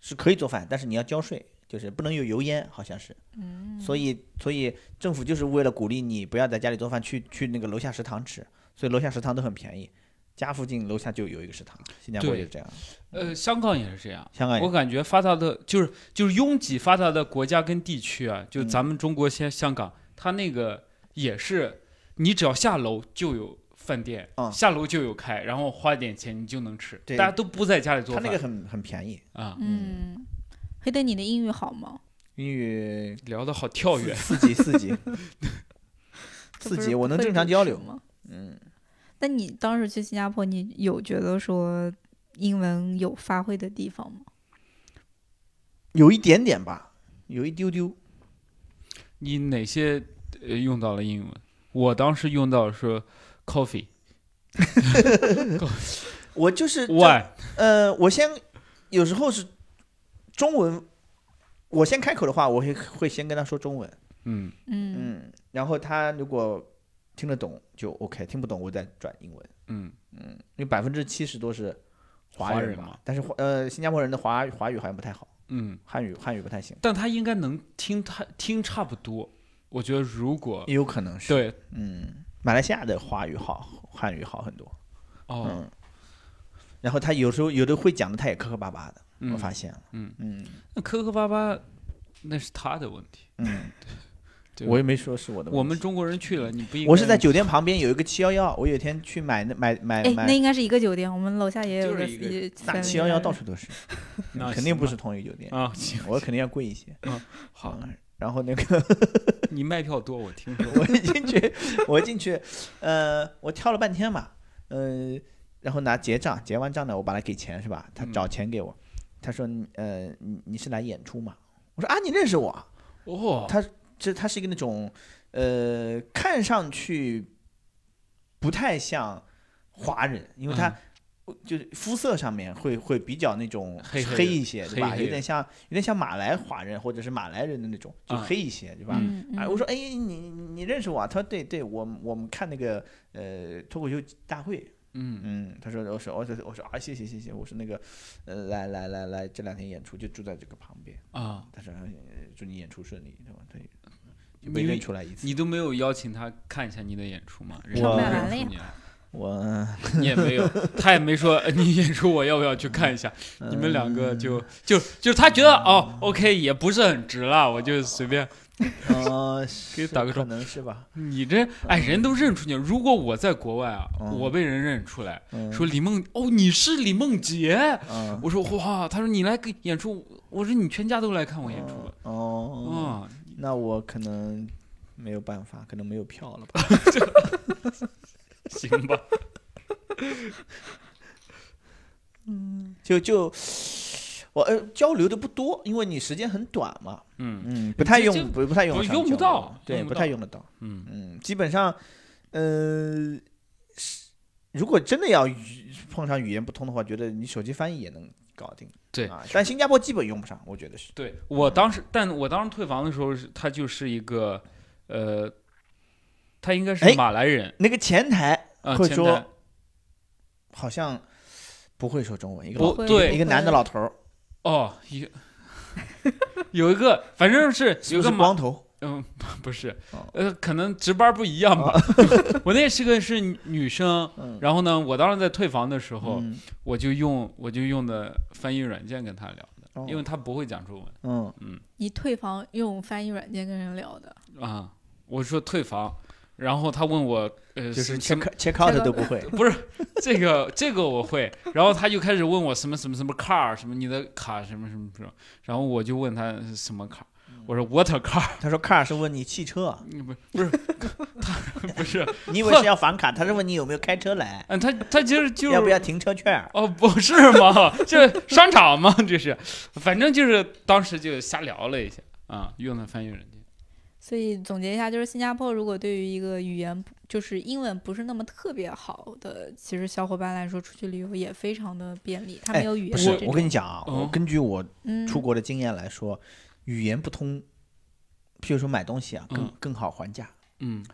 Speaker 3: 是可以做饭，但是你要交税，就是不能有油烟，好像是。嗯。所以所以政府就是为了鼓励你不要在家里做饭，去去那个楼下食堂吃，所以楼下食堂都很便宜，家附近楼下就有一个食堂，新加坡
Speaker 2: 对
Speaker 3: 就是这样，
Speaker 2: 呃，香港也是这样。
Speaker 3: 香港
Speaker 2: 我
Speaker 3: 也
Speaker 2: 感觉发达的，就是就是拥挤发达的国家跟地区啊，
Speaker 3: 嗯
Speaker 2: 就咱们中国先香港，它那个也是，你只要下楼就有饭店，
Speaker 3: 嗯
Speaker 2: 下楼就有开，然后花点钱你就能吃，
Speaker 3: 对
Speaker 2: 大家都不在家里做
Speaker 3: 他
Speaker 2: 饭
Speaker 3: 那个很很便宜，
Speaker 2: 啊、
Speaker 1: 嗯，黑灯，你的英语好吗？
Speaker 3: 英语
Speaker 2: 聊的好跳跃，
Speaker 3: 四级 四级
Speaker 1: 这不
Speaker 3: 四级，
Speaker 1: 是
Speaker 3: 我
Speaker 1: 不
Speaker 3: 能
Speaker 1: 会
Speaker 3: 正常
Speaker 1: 主
Speaker 3: 交
Speaker 1: 持
Speaker 3: 流。
Speaker 1: 吗？
Speaker 3: 嗯。
Speaker 1: 那你当时去新加坡，你有觉得说英文有发挥的地方吗？
Speaker 3: 有一点点吧，有一丢丢。
Speaker 2: 你哪些呃用到了英文？我当时用到是 coffee
Speaker 3: 我就是这
Speaker 2: one，
Speaker 3: 呃，我先有时候是中文，我先开口的话，我会会先跟他说中文，
Speaker 2: 嗯，
Speaker 1: 嗯
Speaker 3: 嗯，然后他如果听得懂就 OK，听不懂我再转英文，
Speaker 2: 嗯，
Speaker 3: 因为百分之七十多是华
Speaker 2: 华
Speaker 3: 人
Speaker 2: 人
Speaker 3: 嘛，
Speaker 2: 嘛
Speaker 3: 但是华呃新加坡人的华华语好像不太好，
Speaker 2: 嗯，
Speaker 3: 汉语汉语不太行，
Speaker 2: 但他应该能听他听差不多。我觉得如果
Speaker 3: 也有可能是，
Speaker 2: 哦对
Speaker 3: 嗯，马来西亚的华语好，汉语好很多，
Speaker 2: 哦，
Speaker 3: 嗯，然后他有时候有的会讲的，他也磕磕巴巴的，
Speaker 2: 嗯
Speaker 3: 我发现了，
Speaker 2: 嗯
Speaker 3: 嗯
Speaker 2: 那磕磕巴巴那是他的问题。
Speaker 3: 嗯，
Speaker 2: 对
Speaker 3: 我也没说是我的问题，
Speaker 2: 我们中国人去了，你不应该
Speaker 3: 我是在酒店旁边有一个七幺幺，我有一天去买那买买
Speaker 1: 哎，那
Speaker 3: 买，
Speaker 1: 应该是一个酒店，我们楼下也有呃
Speaker 2: 就是一个
Speaker 1: 一
Speaker 3: 那
Speaker 1: 三
Speaker 3: 七幺幺到处都是，嗯
Speaker 2: 那
Speaker 3: 肯定不
Speaker 2: 行
Speaker 3: 是同一个酒店，
Speaker 2: 啊，行
Speaker 3: 我肯定要贵一些。
Speaker 2: 好，
Speaker 3: 嗯然后那个
Speaker 2: 你卖票多，我听说
Speaker 3: 我一进去，我一进去，呃，我挑了半天嘛，呃，然后拿结账，结完账呢，我把他给钱是吧？他
Speaker 2: 嗯
Speaker 3: 找钱给我，他说，呃，你你是来演出嘛？我说啊，你认识 我啊？
Speaker 2: 哦，
Speaker 3: 这他是一个那种，呃，看上去不太像华人，因为
Speaker 2: 嗯
Speaker 3: 他、就是肤色上面会会比较那种
Speaker 2: 黑黑的
Speaker 3: 一些，对吧？
Speaker 2: 黑黑的
Speaker 3: 有点像有点像马来华人或者是马来人的那种，就
Speaker 2: 啊
Speaker 3: 黑一些，对吧？
Speaker 1: 嗯
Speaker 3: 哎，我说，哎，你你你认识我、啊？他说，对对，我们我们看那个呃脱口秀大会，
Speaker 2: 嗯
Speaker 3: 嗯，他说，我说，我说，我说啊，谢谢谢谢，我说那个，呃，来来来来，这两天演出就住在这个旁边，
Speaker 2: 啊，
Speaker 3: 他说，呃祝你演出顺利，对吧？对，就
Speaker 2: 因
Speaker 3: 被认
Speaker 2: 为
Speaker 3: 出来一次。
Speaker 2: 你都没有邀请他看一下你的演出嘛，人
Speaker 3: 我
Speaker 2: 家
Speaker 3: 上麦
Speaker 1: 完了
Speaker 2: 认
Speaker 1: 呀
Speaker 2: 出你了，
Speaker 3: 我
Speaker 2: 你也没有，他也没说 呃你演出我要不要去看一下，你们两个
Speaker 3: 嗯
Speaker 2: 就就就是他觉得哦，OK 也不是很值了，我就随便
Speaker 3: 呃，
Speaker 2: 给
Speaker 3: 是
Speaker 2: 打个招
Speaker 3: 可能是吧？
Speaker 2: 你这哎人都认出你了，如果我在国外啊，
Speaker 3: 嗯
Speaker 2: 我被人认出来
Speaker 3: 嗯
Speaker 2: 说李梦哦你是李梦洁，
Speaker 3: 嗯，
Speaker 2: 我说哇，他说你来个演出，我说你全家都来看我演出了，啊，
Speaker 3: 哦，那我可能没有办法，可能没有票了吧？
Speaker 2: 行吧，
Speaker 3: 就就我呃交流的不多，因为你时间很短嘛，
Speaker 2: 嗯
Speaker 3: 嗯，不太
Speaker 2: 这
Speaker 3: 用不不太用
Speaker 2: 不
Speaker 3: 得上
Speaker 2: 用不
Speaker 3: 交流
Speaker 2: 到
Speaker 3: 对，
Speaker 2: 用不
Speaker 3: 不太
Speaker 2: 到
Speaker 3: 用得到，
Speaker 2: 嗯
Speaker 3: 嗯，基本上，呃，是如果真的要语碰上语言不通的话，觉得你手机翻译也能搞定，
Speaker 2: 对
Speaker 3: 啊，但新加坡基本用不上，我觉得是，
Speaker 2: 对我当时，但我当时退房的时候是，他就是一个，呃，他应该
Speaker 3: 哎
Speaker 2: 是马来人
Speaker 3: 那个前台
Speaker 2: 啊，
Speaker 3: 会
Speaker 2: 前
Speaker 3: 说
Speaker 2: 台
Speaker 3: 好像不会说中文，一个
Speaker 2: 不
Speaker 3: 老
Speaker 1: 会
Speaker 2: 对
Speaker 3: 一个男的老头儿，
Speaker 2: 哦，有 有一个，反正是有一个
Speaker 3: 是
Speaker 2: 马，
Speaker 3: 光头，
Speaker 2: 嗯， 不是
Speaker 3: 哦，
Speaker 2: 呃，可能值班不一样吧。 我那是个是女生，
Speaker 3: 嗯，
Speaker 2: 然后呢，我当时在退房的时候，
Speaker 3: 嗯
Speaker 2: 我就用我就用的翻译软件跟他聊的，
Speaker 3: 哦
Speaker 2: 因为他不会讲中
Speaker 3: 嗯
Speaker 1: 你退房用翻译软件跟人聊的，
Speaker 2: 文啊。我说退房，然后他问我，呃，
Speaker 3: 就是
Speaker 2: 什
Speaker 3: check
Speaker 2: 么
Speaker 3: check out 都不 会，
Speaker 2: 不是这个，这个我会。然后他就开始问我什么什么什么 car，什么你的卡什么什么什么。然后我就问他是什么 car，我
Speaker 3: 嗯
Speaker 2: 说 what a car，
Speaker 3: 他说 car 是问你汽车啊，
Speaker 2: 嗯不不是 他不是，
Speaker 3: 你以为是要返卡，他是问你有没有开车来，
Speaker 2: 嗯他他其实就是
Speaker 3: 要不要停车券儿？
Speaker 2: 哦不是吗？ 这商场吗？这是，反正就是当时就瞎聊了一下啊，用的翻译软件。
Speaker 1: 所以总结一下，就是新加坡如果对于一个语言不就是英文不是那么特别好的，其实小伙伴来说出去旅游也非常的便利，他
Speaker 3: 哎
Speaker 1: 没有语言
Speaker 3: 不
Speaker 1: 的
Speaker 3: 是
Speaker 1: 这，
Speaker 3: 我跟
Speaker 1: 种
Speaker 3: 你讲啊，我
Speaker 2: 嗯
Speaker 3: 根据我
Speaker 1: 嗯
Speaker 3: 出国的经验来说，语言不通，譬如说买东西啊，更
Speaker 2: 嗯
Speaker 3: 更好还价，
Speaker 2: 嗯，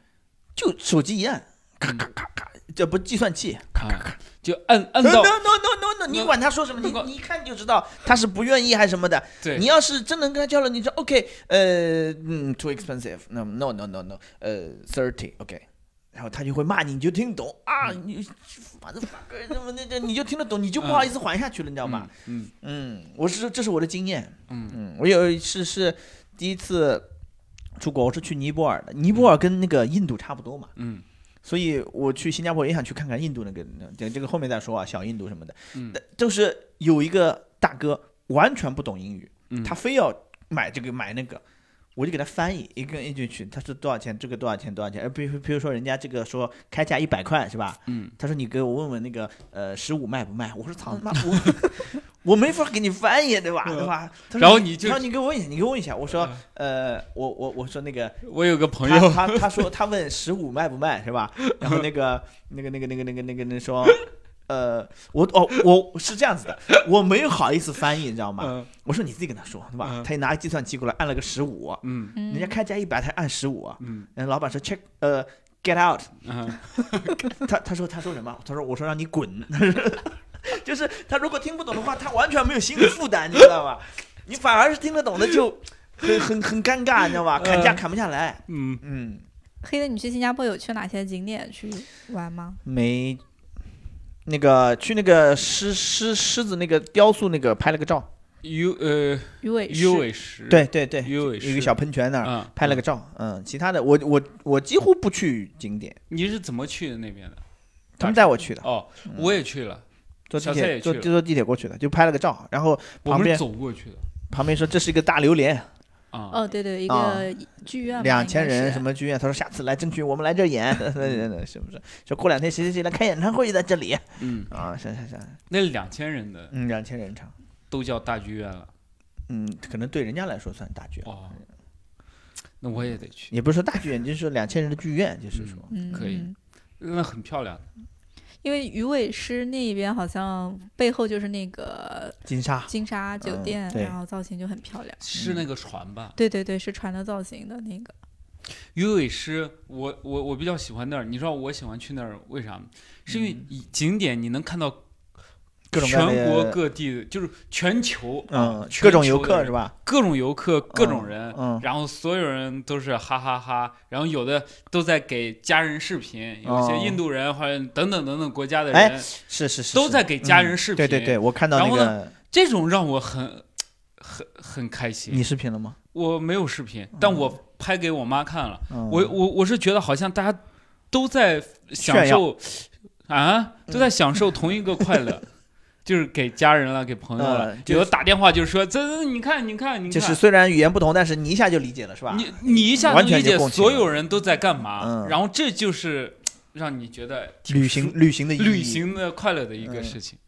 Speaker 3: 就手机一按，咔
Speaker 2: 嗯
Speaker 3: 咔咔咔，这不计算器，咔咔咔。
Speaker 2: 啊、就摁摁
Speaker 3: no
Speaker 2: 到
Speaker 3: no no no no！你
Speaker 2: 那
Speaker 3: 管他说什么，你
Speaker 2: 那个
Speaker 3: 你一看就知道他是不愿意还是什么的。
Speaker 2: 对
Speaker 3: 你要是真能跟他交流，你说 OK，呃，嗯，too expensive，no no no no no，呃，thirty，OK，、然后他就会骂你，你就听懂啊，你妈的法个什么那这，你就听得懂，你就不好意思还下去了，你知道吗？？
Speaker 2: 嗯
Speaker 3: 嗯，我是这是我的经验，
Speaker 2: 嗯
Speaker 3: 嗯，我有一次是第一次出国，我是去尼泊尔的，尼泊尔跟那个印度差不多嘛，
Speaker 2: 嗯
Speaker 3: 所以我去新加坡也想去看看印度那个，这这个后面再说啊，小印度什么的。
Speaker 2: 嗯
Speaker 3: 但，就是有一个大哥完全不懂英语，
Speaker 2: 嗯
Speaker 3: 他非要买这个买那个，我就给他翻译，一个一句去，他说多少钱，这个多少钱，多少钱？哎，比如比如说人家这个说开价一百块是吧？
Speaker 2: 嗯
Speaker 3: 他说你给我问问那个呃十五卖不卖？我说操他妈我。 我没法给你翻译，对吧？
Speaker 2: 嗯
Speaker 3: 对吧？他说
Speaker 2: 然后你就嗯
Speaker 3: 然后你给我问一下，你给我问一下。我说，呃，我我我说那个，
Speaker 2: 我有个朋
Speaker 3: 他
Speaker 2: 友，
Speaker 3: 他他说他问十五卖不卖是吧？然后那个那个那个那个那个那个那说，呃，我哦我是这样子的，我没有好意思翻译，你知道吗？
Speaker 2: 嗯
Speaker 3: 我说你自己跟他说，对吧
Speaker 2: 嗯？
Speaker 3: 他一拿个计算器过来按了个十五，
Speaker 2: 嗯
Speaker 1: 嗯
Speaker 3: 人家开价一百，他按十五，
Speaker 2: 嗯
Speaker 3: 然后老板说 check 呃 get out，
Speaker 2: 嗯，
Speaker 3: 他他说他说什么？他说我说让你滚， 就是他如果听不懂的话，他完全没有心理负担，你知道吧？你反而是听得懂的就很很很尴尬，你知道吧？砍价
Speaker 2: 嗯
Speaker 3: 砍不下来，
Speaker 2: 嗯，
Speaker 3: 嗯，
Speaker 1: 黑的，你去新加坡有去哪些景点去玩吗？
Speaker 3: 没那个去那个狮狮狮子那个雕塑那个拍了个照，
Speaker 2: 鱼呃
Speaker 1: 鱼尾狮
Speaker 2: 鱼尾狮，
Speaker 3: 哎对对对，
Speaker 2: 鱼尾狮，
Speaker 3: 一个小喷泉那儿。
Speaker 2: 啊，
Speaker 3: 拍了个照，嗯，其他的我我我几乎不去景点，
Speaker 2: 你是怎么去的那边的？
Speaker 3: 他们带我去的，
Speaker 2: 哦，
Speaker 3: 嗯
Speaker 2: 我也去了，
Speaker 3: 坐地
Speaker 2: 小蔡也
Speaker 3: 铁坐
Speaker 2: 去了
Speaker 3: 坐地铁过去的，就拍了个照，然后
Speaker 2: 我
Speaker 3: 旁
Speaker 2: 们是
Speaker 3: 边
Speaker 2: 走过去的
Speaker 3: 旁边说这是一个大榴莲，
Speaker 2: 啊。
Speaker 1: 哦，对对，一
Speaker 3: 啊
Speaker 1: 个剧院吧，
Speaker 3: 两千人什
Speaker 1: 么？
Speaker 3: 么剧院，他说下次来争取我们来这儿 演，是不是？说过两天谁谁谁来开演唱会在这里
Speaker 2: 嗯，
Speaker 3: 啊？是是是，
Speaker 2: 那两千人的
Speaker 3: 嗯，两千人场，
Speaker 2: 都叫大剧院了。
Speaker 3: 嗯，可能对人家来说算大剧院，
Speaker 2: 哦，那我也得去，
Speaker 3: 也不是说大剧院，就是说两千人的剧院，就是说，
Speaker 1: 嗯，
Speaker 2: 可以
Speaker 1: 嗯
Speaker 2: 那很漂亮。
Speaker 1: 因为鱼尾狮那边好像背后就是那个
Speaker 3: 金沙
Speaker 1: 金沙酒
Speaker 3: 嗯
Speaker 1: 店，
Speaker 3: 对
Speaker 1: 然后造型就很漂亮。
Speaker 2: 是
Speaker 3: 嗯
Speaker 2: 那个船吧？
Speaker 1: 对对对，是船的造型的那个。
Speaker 2: 鱼尾狮，我我我比较喜欢那儿。你知道我喜欢去那儿为啥吗？是因为
Speaker 3: 嗯
Speaker 2: 以景点你能看到
Speaker 3: 各种各样的
Speaker 2: 全国各地的，就是全球，
Speaker 3: 嗯，
Speaker 2: 全
Speaker 3: 各种
Speaker 2: 球
Speaker 3: 游
Speaker 2: 的
Speaker 3: 客
Speaker 2: 人
Speaker 3: 是吧？
Speaker 2: 各种游客，各种人，
Speaker 3: 嗯，
Speaker 2: 然后所有人都是哈哈哈然后有的都在给家人视频，有一
Speaker 3: 哦
Speaker 2: 些印度人或者等等等等国家的
Speaker 3: 哎
Speaker 2: 人
Speaker 3: 是是是，
Speaker 2: 都
Speaker 3: 是
Speaker 2: 在给家人
Speaker 3: 嗯
Speaker 2: 视频，
Speaker 3: 对对对，，我看到
Speaker 2: 然
Speaker 3: 那
Speaker 2: 后
Speaker 3: 个
Speaker 2: 这种让我很很很开
Speaker 3: 你
Speaker 2: 心。
Speaker 3: 视频了吗？
Speaker 2: 我没有视频，但
Speaker 3: 嗯
Speaker 2: 我拍给我妈看了，
Speaker 3: 嗯
Speaker 2: 我我我是觉得好像大家都在享
Speaker 3: 炫耀嗯
Speaker 2: 受啊，都在享受同一个快 乐，就是给家人了，给朋友了
Speaker 3: 嗯，就
Speaker 2: 有的打电话就说：“这这你看你看你
Speaker 3: 就是
Speaker 2: 看。”
Speaker 3: 虽然语言不同，但是你一下就理解了是吧？
Speaker 2: 你你一下
Speaker 3: 完
Speaker 2: 能
Speaker 3: 全
Speaker 2: 理
Speaker 3: 就
Speaker 2: 解
Speaker 3: 共情
Speaker 2: 所
Speaker 3: 了
Speaker 2: 有人都在干嘛，
Speaker 3: 嗯
Speaker 2: 然后这就是让你觉得挺
Speaker 3: 旅
Speaker 2: 舒
Speaker 3: 行旅行的意义
Speaker 2: 旅，行的快乐的一个
Speaker 3: 嗯
Speaker 2: 事情。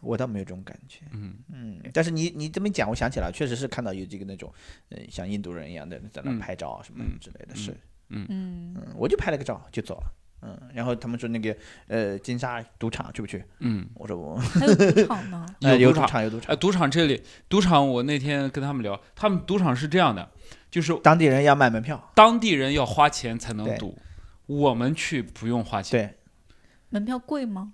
Speaker 3: 我倒没有这种感觉。
Speaker 2: 嗯，
Speaker 3: 嗯，但是你你这么一讲，我想起来，确实是看到有这个那种，嗯、像印度人一样的在那
Speaker 2: 嗯
Speaker 3: 拍照什么
Speaker 2: 嗯
Speaker 3: 之类的是，
Speaker 1: 嗯，
Speaker 3: 嗯，我就拍了个照就走了，嗯，然后他们说那个呃金沙赌场去不去？
Speaker 2: 嗯，
Speaker 3: 我说我
Speaker 1: 还有赌场呢。
Speaker 3: 呃有
Speaker 2: 有
Speaker 3: 赌
Speaker 2: 赌
Speaker 3: 场有赌场
Speaker 2: 哎，，赌场这里，赌场我那天跟他们聊，他们赌场是这样的，就是
Speaker 3: 当地人要买门票，
Speaker 2: 当地人要花钱才
Speaker 3: 对
Speaker 2: 能赌，我们去不用花钱，
Speaker 3: 对，
Speaker 1: 门票贵吗？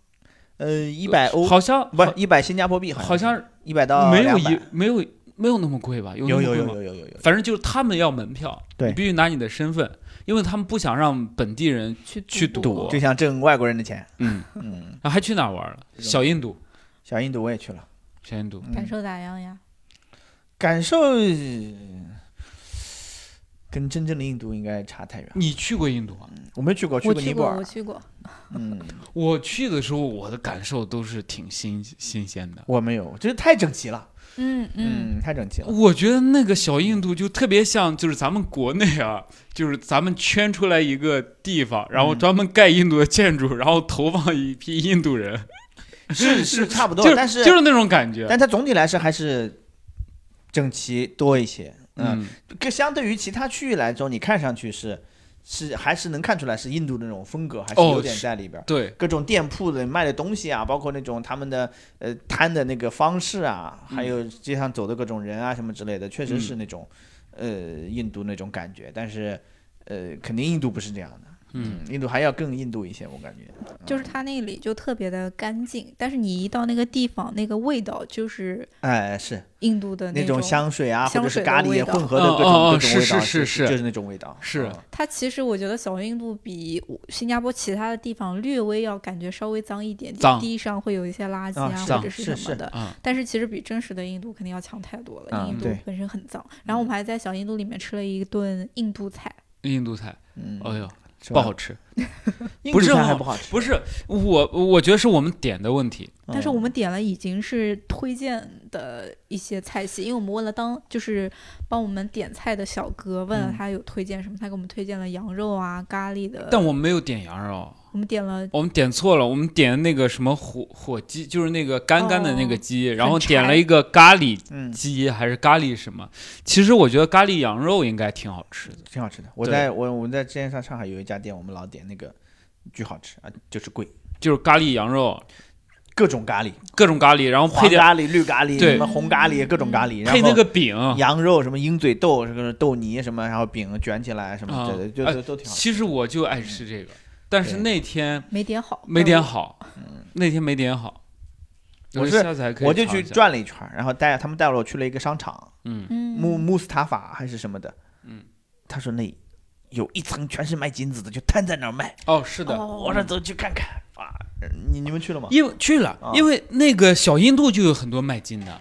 Speaker 3: 呃一百欧
Speaker 2: 好像
Speaker 3: 不一百新加坡币
Speaker 2: 好
Speaker 3: 像
Speaker 2: 像
Speaker 3: 一百到
Speaker 2: 没有
Speaker 3: 200
Speaker 2: 一没有没有那么贵吧？有那
Speaker 3: 有
Speaker 2: 么
Speaker 3: 有
Speaker 2: 贵
Speaker 3: 有
Speaker 2: 吗？
Speaker 3: 有有有有，
Speaker 2: 反正就是他们要门票，
Speaker 3: 对
Speaker 2: 你必须拿你的身份，因为他们不想让本地人，
Speaker 1: 去
Speaker 2: 去
Speaker 1: 赌
Speaker 2: 赌
Speaker 3: 就想挣外国人的钱，
Speaker 2: 嗯，
Speaker 3: 嗯，
Speaker 2: 啊还去哪儿玩了？小印度，
Speaker 3: 小印度我也去了，
Speaker 2: 小印度，
Speaker 3: 嗯
Speaker 1: 感受咋样呀？
Speaker 3: 感受呃跟真正的印度应该差太远了，
Speaker 2: 你去过印度啊？
Speaker 3: 我没去过，去
Speaker 1: 我
Speaker 3: 过尼
Speaker 1: 去
Speaker 3: 泊
Speaker 1: 过，我
Speaker 3: 尔，
Speaker 1: 去过。
Speaker 3: 嗯。
Speaker 2: 我去的时候，我的感受都是挺新新鲜的。
Speaker 3: 我没有，就是太整齐了，
Speaker 1: 嗯嗯，
Speaker 3: 嗯，太整齐了。
Speaker 2: 我觉得那个小印度就特别像，就是咱们国内啊，就是咱们圈出来一个地方，然后
Speaker 3: 嗯
Speaker 2: 专门盖印度的建筑，然后投放一批印度人，
Speaker 3: 是是差不多，
Speaker 2: 嗯就
Speaker 3: 但是、
Speaker 2: 就是那种感觉。
Speaker 3: 但它总体来说还是整齐多一些。嗯，
Speaker 2: 嗯，
Speaker 3: 跟相对于其他区域来说，你看上去是是还是能看出来是印度的那种风格，还是
Speaker 2: 哦
Speaker 3: 有点
Speaker 2: 是
Speaker 3: 在里边儿。
Speaker 2: 对，
Speaker 3: 各种店铺的卖的东西啊，包括那种他们的呃摊的那个方式啊，
Speaker 2: 嗯
Speaker 3: 还有街上走的各种人啊什么之类的，确实是那种、呃印度那种感觉，但是呃肯定印度不是这样的，
Speaker 2: 嗯，
Speaker 3: 印度还要更印度一些，我感觉。
Speaker 1: 就是它那里就特别的干净，但是你一到那个地方，那个味道就是
Speaker 3: 哎，是
Speaker 1: 印度的
Speaker 3: 那
Speaker 1: 种
Speaker 3: 种。香水啊，或
Speaker 1: 香
Speaker 3: 者是
Speaker 1: 水的
Speaker 3: 咖喱
Speaker 1: 味道
Speaker 3: 混合的各种
Speaker 2: 哦哦
Speaker 3: 各种
Speaker 2: 是
Speaker 3: 味
Speaker 2: 是
Speaker 3: 道，
Speaker 2: 是
Speaker 3: 是
Speaker 2: 是
Speaker 3: 就是那种味道。
Speaker 2: 是
Speaker 3: 嗯
Speaker 1: 它其实我觉得小印度比新加坡其他的地方略微要感觉稍微脏一点点，
Speaker 2: 脏
Speaker 1: 地上会有一些垃圾
Speaker 3: 啊
Speaker 1: 啊
Speaker 3: 脏
Speaker 1: 或者
Speaker 3: 是
Speaker 1: 什么
Speaker 3: 是
Speaker 1: 的。
Speaker 2: 啊，
Speaker 1: 但是其实比真实的印度肯定要强太多了，
Speaker 3: 嗯
Speaker 1: 印度
Speaker 3: 对嗯
Speaker 1: 本身很脏。然后我们还在小印度里面吃了一顿印度菜，
Speaker 2: 印度菜，
Speaker 3: 嗯，
Speaker 2: 哎呦，
Speaker 3: 是
Speaker 2: 不
Speaker 3: 吧
Speaker 2: 好吃，
Speaker 3: 印
Speaker 2: 不
Speaker 3: 度
Speaker 2: 是
Speaker 3: 菜还
Speaker 2: 好
Speaker 3: 不好吃，
Speaker 2: 不是我，我觉得是我们点的问题。
Speaker 1: 但是
Speaker 3: 嗯
Speaker 1: 我们点了已经是推荐的一些菜系，因为我们问了当就是帮我们点菜的小哥，问了
Speaker 3: 嗯
Speaker 1: 他有推荐什么，他给我们推荐了羊肉啊、咖喱
Speaker 3: 呃
Speaker 1: 的，
Speaker 2: 但我们没有点羊肉，
Speaker 1: 我们点了
Speaker 2: 我们点错了，我们点的那个什么火火鸡，就是那个干干的那
Speaker 3: 哦
Speaker 2: 个鸡，然后
Speaker 1: 很柴
Speaker 2: 点了一个咖喱
Speaker 3: 嗯，
Speaker 2: 鸡还是咖喱什么？其实我觉得咖喱羊肉应该挺好吃的。
Speaker 3: 挺好吃的。我
Speaker 2: 对
Speaker 3: 在我我在之前上上海有一家店，我们老点那个，巨好吃啊，就是贵，
Speaker 2: 就是咖喱羊肉，
Speaker 3: 各种咖喱，
Speaker 2: 各种咖喱，然后配
Speaker 3: 黄
Speaker 2: 点
Speaker 3: 咖喱、绿咖喱、
Speaker 2: 对
Speaker 3: 什么红咖喱，各种咖喱，然
Speaker 2: 配那
Speaker 3: 后
Speaker 2: 个饼。
Speaker 3: 羊肉什么鹰嘴豆，什么豆泥什么，然后饼卷起来什么之类的，就
Speaker 2: 啊
Speaker 3: 都都挺好吃。
Speaker 2: 其实我就爱吃这个，但是
Speaker 3: 对
Speaker 2: 那天
Speaker 1: 没点好，
Speaker 2: 没
Speaker 1: 但
Speaker 2: 点
Speaker 1: 我，
Speaker 2: 好，那天没点好。
Speaker 3: 嗯我
Speaker 2: 觉得
Speaker 3: 是
Speaker 2: 下次还可以
Speaker 3: 我就
Speaker 2: 尝
Speaker 3: 去
Speaker 2: 一下，
Speaker 3: 转了一圈儿，然后带他们带我去了一个商场，
Speaker 2: 嗯，
Speaker 1: 嗯，
Speaker 3: 穆穆斯塔法还是什么的，
Speaker 2: 嗯，
Speaker 3: 他说那有一层全是卖金子的，就摊在那儿卖。
Speaker 2: 哦，是的，
Speaker 1: 哦
Speaker 3: 我说走去看看啊，你你们去了吗？
Speaker 2: 因为去了，
Speaker 3: 啊
Speaker 2: 因为那个小印度就有很多卖金的，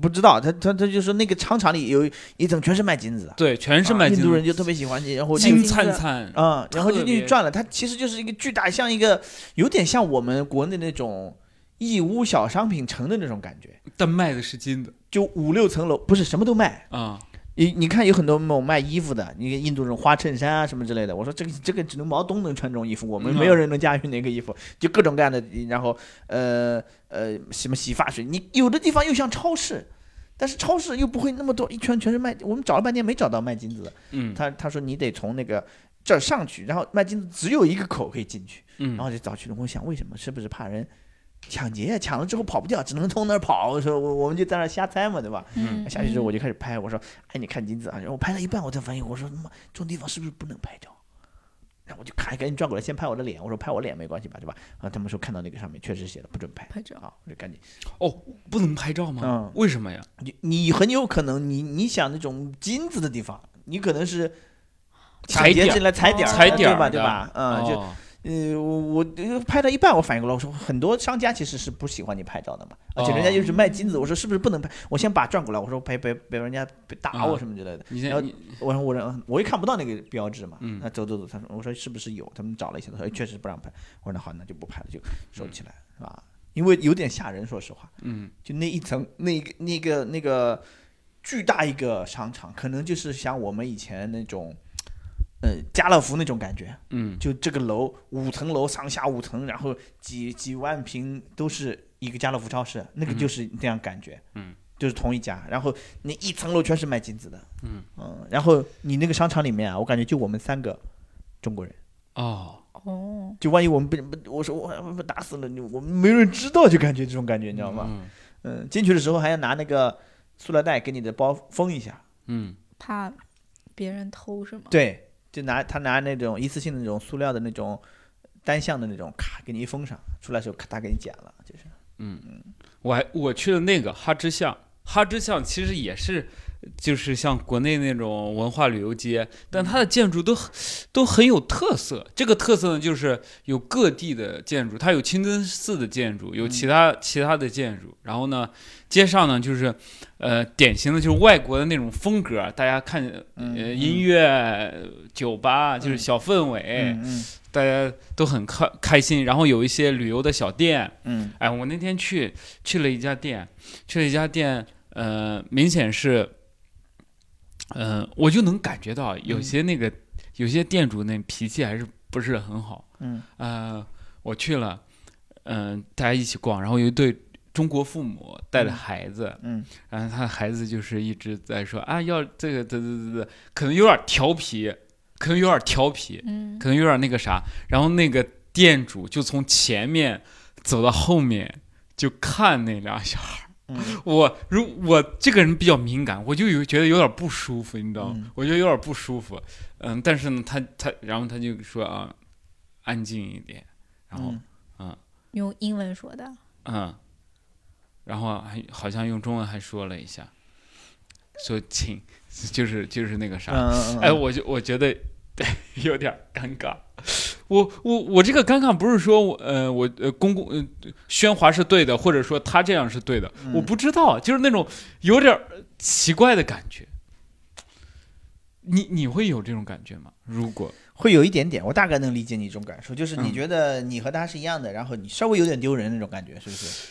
Speaker 3: 不知道，他他他就说那个商场里有一层全是卖金子的，
Speaker 2: 对，全是
Speaker 3: 啊
Speaker 2: 卖金
Speaker 3: 印度
Speaker 2: 的，
Speaker 3: 人就特别喜欢你，然后就
Speaker 1: 卖
Speaker 2: 金
Speaker 1: 金子
Speaker 2: 灿灿，
Speaker 3: 啊、然后就
Speaker 2: 特
Speaker 3: 进
Speaker 2: 别
Speaker 3: 去转了。它其实就是一个巨大，像一个有点像我们国内那种义乌小商品城的那种感觉，
Speaker 2: 但卖的是金的
Speaker 3: 就五六层楼，不是什么都卖。
Speaker 2: 啊。
Speaker 3: 你你看有很多那种卖衣服的，你看印度人花衬衫啊什么之类的。我说这个这个只能毛东能穿这种衣服，我们
Speaker 2: 嗯
Speaker 3: 没有人能驾驭那个衣服，就各种各样的。然后呃呃什么洗发水，你有的地方又像超市。但是超市又不会那么多，一圈全是卖，我们找了半天没找到卖金子的。
Speaker 2: 嗯
Speaker 3: 他他说你得从那个这儿上去，然后卖金子只有一个口可以进去，
Speaker 2: 嗯，
Speaker 3: 然后就找去龙宫想为什么，是不是怕人抢劫？抢了之后跑不掉，只能从那儿跑。我说我我们就在那儿瞎猜嘛，对吧？
Speaker 1: 嗯，
Speaker 3: 下去之后我
Speaker 1: 就
Speaker 3: 就开始拍，我说哎，你看金子啊！然后我拍了一半，我才反应，我说他妈这种地方是不是不能拍照？然后我就咔赶紧转过来，先拍我的脸。我说拍我脸没关系吧，对吧？然后他们说看到那个上面确实写了不准拍
Speaker 1: 拍照，
Speaker 3: 啊，我就赶紧。
Speaker 2: 哦不能拍照吗？
Speaker 3: 嗯
Speaker 2: 为什么呀？
Speaker 3: 你你很有可能你你想那种金子的地方，你可能是抢
Speaker 2: 踩
Speaker 3: 劫
Speaker 2: 点儿
Speaker 3: 进来踩点儿的
Speaker 1: 踩
Speaker 2: 点儿
Speaker 3: 对吧？
Speaker 2: 的
Speaker 3: 对吧？嗯，就
Speaker 2: 哦
Speaker 3: 呃，我我呃拍到一半，我反应过来，我说很多商家其实是不喜欢你拍照的嘛，而且人家又
Speaker 2: 哦
Speaker 3: 是卖金子，我说是不是不能拍？我先把转过来，我说别别别人家别打我
Speaker 2: 啊
Speaker 3: 什么之类的。
Speaker 2: 你
Speaker 3: 然后
Speaker 2: 先你
Speaker 3: 我说我说我又看不到那个标志嘛，
Speaker 2: 嗯
Speaker 3: 那走走走，他说我说是不是有？他们找了一下，他说哎确实不让拍。我说那好，那就不拍了，就收起来，是吧？因为有点吓人，说实话，
Speaker 2: 嗯
Speaker 3: 就那一层那个那个那个巨大一个商场，可能就是像我们以前那种，呃家乐福那种感觉，
Speaker 2: 嗯
Speaker 3: 就这个楼五层楼上下五层，然后几几万平都是一个家乐福超市，那个就是那样感觉，
Speaker 2: 嗯，
Speaker 3: 就是同一家，然后你一层楼全是卖金子的，
Speaker 2: 嗯
Speaker 3: 然后你那个商场里面啊，我感觉就我们三个中国人，
Speaker 2: 哦，
Speaker 1: 哦，
Speaker 3: 就万一我们被被我说我我我打死了你，我们没人知道，就感觉这种感觉，你知道吗？
Speaker 2: 嗯
Speaker 3: 嗯，进去的时候还要拿那个塑料袋给你的包封一下，
Speaker 2: 嗯
Speaker 1: 怕别人偷是吗？
Speaker 3: 对，就拿他拿那种一次性的那种塑料的那种单向的那种，咔给你一封上，出来的时候咔嗒给你剪了，就是。
Speaker 2: 我还我去了那个哈芝巷，哈芝巷其实也是。就是像国内那种文化旅游街，但它的建筑都很都很有特色。这个特色呢，就是有各地的建筑，它有清真寺的建筑，有其他其他的建筑。然后呢，街上呢就是，呃，典型的就是外国的那种风格，啊大家看
Speaker 3: 嗯
Speaker 2: 呃音乐、酒吧就是小氛围，
Speaker 3: 嗯
Speaker 2: 大家都很开开心。然后有一些旅游的小店，
Speaker 3: 嗯
Speaker 2: 哎，我那天去去了一家店，去了一家店，呃，明显是，呃，我就能感觉到有些那个、有些店主那脾气还是不是很好。
Speaker 3: 嗯
Speaker 2: 呃，我去了，嗯、大家一起逛，然后有一对中国父母带着孩子，
Speaker 3: 嗯
Speaker 2: 然后他孩子就是一直在说啊，要这个，这这这这，可能有点调皮，可能有点调皮，
Speaker 1: 嗯，
Speaker 2: 可能有点那个啥。然后那个店主就从前面走到后面，就看那俩小孩。
Speaker 3: 嗯
Speaker 2: 我如我这个人比较敏感，我就有觉得有点不舒服，你知道吗？
Speaker 3: 嗯
Speaker 2: 我觉得有点不舒服。嗯，但是呢，他他然后他就说啊，安静一点，然后
Speaker 3: 嗯
Speaker 1: 用英文说的，
Speaker 2: 嗯，然后还好像用中文还说了一下，说请，就是就是那个啥，
Speaker 3: 嗯
Speaker 2: 哎，我就我觉得 有点尴尬。我我我这个尴尬不是说我呃我呃公共呃喧哗是对的，或者说他这样是对的，
Speaker 3: 嗯
Speaker 2: 我不知道，就是那种有点儿奇怪的感觉。你你会有这种感觉吗？如果
Speaker 3: 会有一点点，我大概能理解你这种感受，就是你
Speaker 2: 嗯
Speaker 3: 觉得你和他是一样的，然后你稍微有点丢人那种感觉，是不是？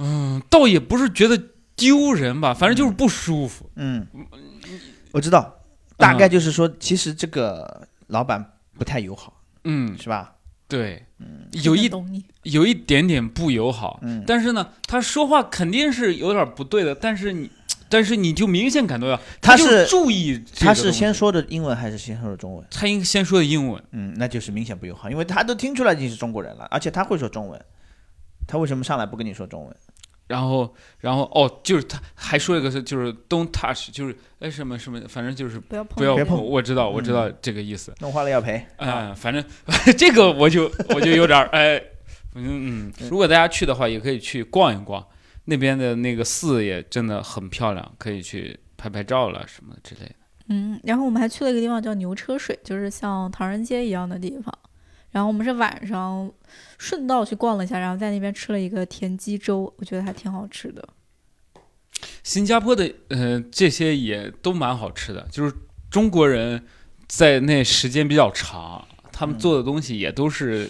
Speaker 2: 嗯，倒也不是觉得丢人吧，反正就是不舒服。
Speaker 3: 嗯，我知道，大概就是说，其实这个老板不太友好，
Speaker 2: 嗯，
Speaker 3: 是吧？
Speaker 2: 对，
Speaker 3: 嗯
Speaker 2: 有一
Speaker 1: 懂你，
Speaker 2: 有一点点不友好，
Speaker 3: 嗯，
Speaker 2: 但是呢，他说话肯定是有点不对的，但是你，但是你就明显感觉到
Speaker 3: 他
Speaker 2: 就是注意这个东
Speaker 3: 他
Speaker 2: 西，
Speaker 3: 是先说的英文还是先说的中文？
Speaker 2: 他应先说的英文，
Speaker 3: 嗯，那就是明显不友好，因为他都听出来你是中国人了，而且他会说中文，他为什么上来不跟你说中文？
Speaker 2: 然后然后哦，就是他还说一个是就是 don't touch，就是哎什么什么，反正就是
Speaker 1: 不要碰，
Speaker 2: 不要
Speaker 3: 别
Speaker 2: 碰，嗯
Speaker 3: 碰
Speaker 2: 我知道我知道这个意思，
Speaker 3: 弄花了要赔。
Speaker 2: 嗯，反正这个我就我就有点儿哎，嗯嗯，如果大家去的话，也可以去逛一逛，那边的那个寺也真的很漂亮，可以去拍拍照了什么之类的。
Speaker 1: 嗯，然后我们还去了一个地方叫牛车水，就是像唐人街一样的地方。然后我们是晚上顺道去逛了一下，然后在那边吃了一个田鸡粥，我觉得还挺好吃的。
Speaker 2: 新加坡的呃这些也都蛮好吃的，就是中国人在那时间比较长，他们
Speaker 3: 嗯
Speaker 2: 做的东西也都是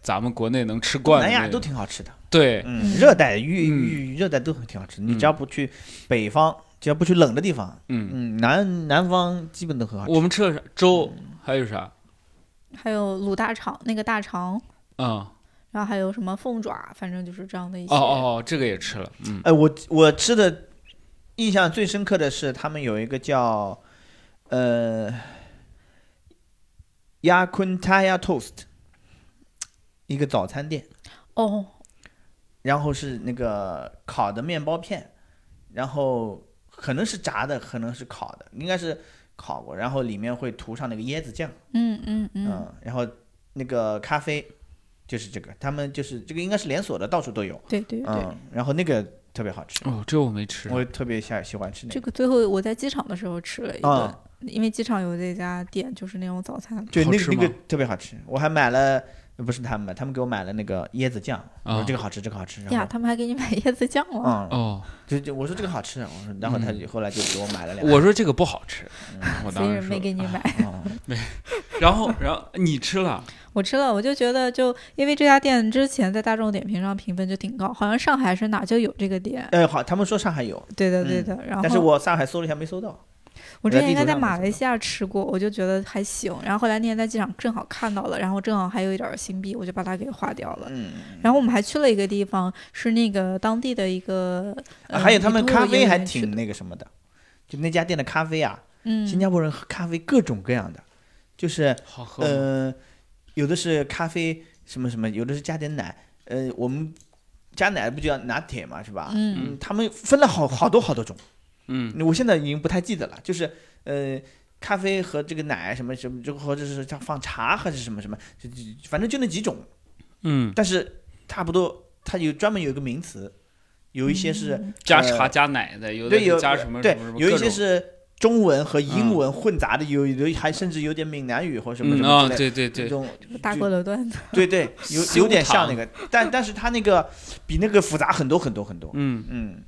Speaker 2: 咱们国内能吃
Speaker 3: 东
Speaker 2: 惯的
Speaker 3: 南
Speaker 2: 那
Speaker 3: 亚
Speaker 2: 种。
Speaker 3: 都挺好吃的，
Speaker 2: 对，
Speaker 3: 嗯，
Speaker 1: 嗯
Speaker 3: 热带域
Speaker 2: 嗯
Speaker 3: 域热带都很挺好吃的，你
Speaker 2: 嗯
Speaker 3: 只要不去北方，只要不去冷的地方，
Speaker 2: 嗯，
Speaker 3: 嗯，南南方基本都很好吃。
Speaker 2: 我们吃了啥粥，
Speaker 3: 嗯
Speaker 2: 还有啥？
Speaker 1: 还有卤大肠，那个大肠，
Speaker 2: 嗯，
Speaker 1: 然后还有什么凤爪，反正就是这样的一些。
Speaker 2: 哦哦哦，这个也吃了，嗯，
Speaker 3: 哎，我我吃的印象最深刻的是他们有一个叫呃亚昆塔亚 toast 一个早餐店，
Speaker 1: 哦
Speaker 3: 然后是那个烤的面包片，然后可能是炸的，可能是烤的，应该是烤过，然后里面会涂上那个椰子酱，
Speaker 1: 嗯嗯嗯，
Speaker 3: 然后那个咖啡就是这个，他们就是这个应该是连锁的，到处都有，
Speaker 1: 对对对。
Speaker 3: 嗯，然后那个特别好吃，
Speaker 2: 哦，这我没吃。
Speaker 3: 我特别喜喜欢吃那
Speaker 1: 这
Speaker 3: 个。
Speaker 1: 个最后我在机场的时候吃了一顿，
Speaker 3: 啊
Speaker 1: 因为机场有这家店，就是那种早餐。
Speaker 3: 对，
Speaker 2: 好
Speaker 3: 那
Speaker 2: 吃
Speaker 3: 个那个
Speaker 2: 吗
Speaker 3: 特别好吃，我还买了，不是他们买，他们给我买了那个椰子酱，我说
Speaker 2: 啊
Speaker 3: 这个好吃，这个好吃，然
Speaker 1: 呀，
Speaker 3: 后
Speaker 1: 他们还给你买 椰子酱了。
Speaker 3: 嗯，
Speaker 2: 哦，嗯
Speaker 3: 就就我说这个好吃，我说，然后他就后来就给我买了两个，
Speaker 2: 我说这个不好吃，我
Speaker 1: 所
Speaker 2: 当
Speaker 1: 以
Speaker 2: 时
Speaker 1: 人没
Speaker 2: 说。
Speaker 1: 给你买，
Speaker 3: 嗯
Speaker 2: 然后，然后你吃了，
Speaker 1: 我吃了，我就觉得就因为这家店之前在大众点评上评分就挺高，好像上海是哪就有这个店，
Speaker 3: 哎，好，他们说上海有，
Speaker 1: 对的对的。然后
Speaker 3: 嗯但是我上海搜了一下没搜到，
Speaker 1: 我之前应该在
Speaker 3: 我在地图上
Speaker 1: 马来西亚吃过，我就觉得还行。然后后来那天在机场正好看到了，然后正好还有一点儿新币，我就把它给划掉了。
Speaker 3: 嗯，
Speaker 1: 然后我们还去了一个地方，是那个当地的一个，呃
Speaker 3: 啊还有他们
Speaker 1: 一个
Speaker 3: 咖啡还
Speaker 1: 园区
Speaker 3: 挺那个什么的，就那家店的咖啡啊，
Speaker 1: 嗯，
Speaker 3: 新加坡人喝咖啡各种各样的，就是
Speaker 2: 好喝吗？
Speaker 3: 呃，有的是咖啡什么什么，有的是加点奶，呃，我们加奶不就要拿铁嘛，是吧？
Speaker 1: 嗯
Speaker 3: 嗯，他们分了好好多好多种，
Speaker 2: 嗯，
Speaker 3: 我现在已经不太记得了，就是呃，咖啡和这个奶什么什么，就或者是像放茶还是什么什么，就就反正就那几种，
Speaker 2: 嗯，
Speaker 3: 但是差不多，它有专门有一个名词，有一些是、
Speaker 2: 加茶加奶的，有的
Speaker 3: 呃对有
Speaker 2: 是加什么
Speaker 3: 对
Speaker 2: 什么什，么
Speaker 3: 有
Speaker 2: 各
Speaker 3: 一些
Speaker 2: 种嗯
Speaker 3: 是中文和英文混杂的，有有还甚至有点闽南语或什么
Speaker 2: 嗯
Speaker 3: 什么
Speaker 2: 啊，
Speaker 3: 之类的。
Speaker 2: 对对
Speaker 3: 这
Speaker 2: 对，
Speaker 3: 种
Speaker 1: 大
Speaker 3: 嗯就
Speaker 1: 锅的段 子，
Speaker 3: 对对，有
Speaker 2: 修
Speaker 3: 有点像那个，但但是它那个比那个复杂很多很多很多，
Speaker 2: 嗯，
Speaker 3: 嗯，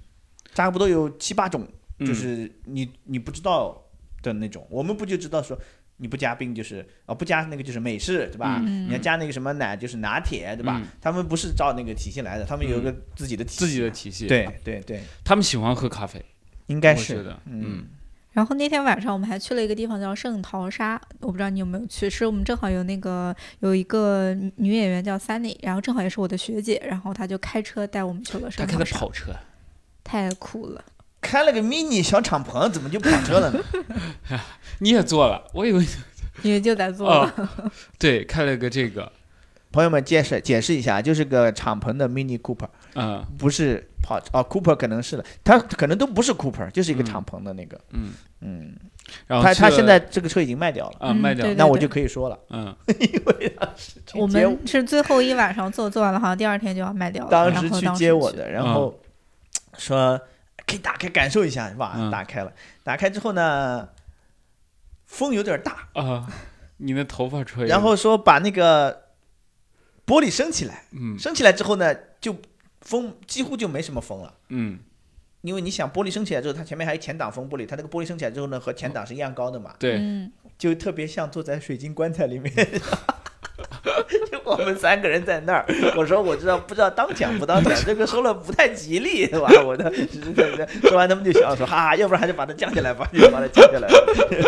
Speaker 3: 差不多有七八种，
Speaker 2: 嗯
Speaker 3: 就是你你不知道的那种，我们不就知道说你不加冰就是啊、不加那个就是美式对吧？
Speaker 1: 嗯
Speaker 3: 你要加那个什么奶就是拿铁对吧？
Speaker 2: 嗯
Speaker 3: 他们不是照那个体系来的，他们有一个自己的体系，
Speaker 2: 自己的体系，，
Speaker 3: 对对对，
Speaker 2: 他们喜欢喝咖啡，
Speaker 3: 应该
Speaker 2: 我
Speaker 3: 是
Speaker 2: 觉得嗯，
Speaker 1: 然后那天晚上我们还去了一个地方叫圣淘沙，我不知道你有没有去，是我们正好有那个有一个女女演员叫 Sunny，然后正好也是我的学姐，然后她就开车带我们去了
Speaker 2: 他
Speaker 1: 圣
Speaker 2: 开
Speaker 1: 淘
Speaker 2: 的
Speaker 1: 沙，
Speaker 2: 跑车，
Speaker 1: 太酷了。
Speaker 3: 开了个 mini 小敞篷，怎么就跑车了呢？
Speaker 2: 你也坐了，我以为
Speaker 1: 因为就在 做了，
Speaker 2: 哦，对，开了个这个，
Speaker 3: 朋友们解释解释一下，就是个敞篷的 mini Cooper。
Speaker 2: 嗯
Speaker 3: 不是跑哦，Cooper 可能是了，他可能都不是 Cooper，就是一个敞篷的那个，
Speaker 2: 嗯，
Speaker 3: 嗯，
Speaker 2: 然后
Speaker 3: 他
Speaker 2: 去
Speaker 3: 他
Speaker 2: 了
Speaker 3: 现在这个车已经卖掉了，
Speaker 2: 啊
Speaker 1: 嗯
Speaker 2: 卖掉
Speaker 1: 对
Speaker 2: 了，
Speaker 3: 那我就可以说了，
Speaker 2: 嗯，
Speaker 3: 去
Speaker 1: 我
Speaker 3: 接
Speaker 1: 们是最后一晚上做，做完了好像第二天就要卖掉了。
Speaker 3: 当
Speaker 1: 然
Speaker 3: 时
Speaker 1: 后
Speaker 3: 去
Speaker 1: 当
Speaker 3: 接我
Speaker 1: 去，
Speaker 2: 嗯
Speaker 3: 的，然后说可以打开感受一下，哇，
Speaker 2: 嗯
Speaker 3: 打开了，打开之后呢，风有点大，
Speaker 2: 啊，你的头发吹了，
Speaker 3: 然后说把那个玻璃升起来，
Speaker 2: 嗯
Speaker 3: 升起来之后呢，就风几乎就没什么风了。
Speaker 2: 嗯
Speaker 3: 因为你想玻璃升起来之后，它前面还有前挡风玻璃，它那个玻璃升起来之后呢，和前挡是一样高的嘛，
Speaker 2: 对，
Speaker 1: 嗯，
Speaker 3: 就特别像坐在水晶棺材里面。 就我们三个人在那儿，我说我知道不知道当讲不当讲，这个说了不太吉利，对吧？我的说完他们就笑说哈哈，要不然还是把它降下来吧，就把它降下来了，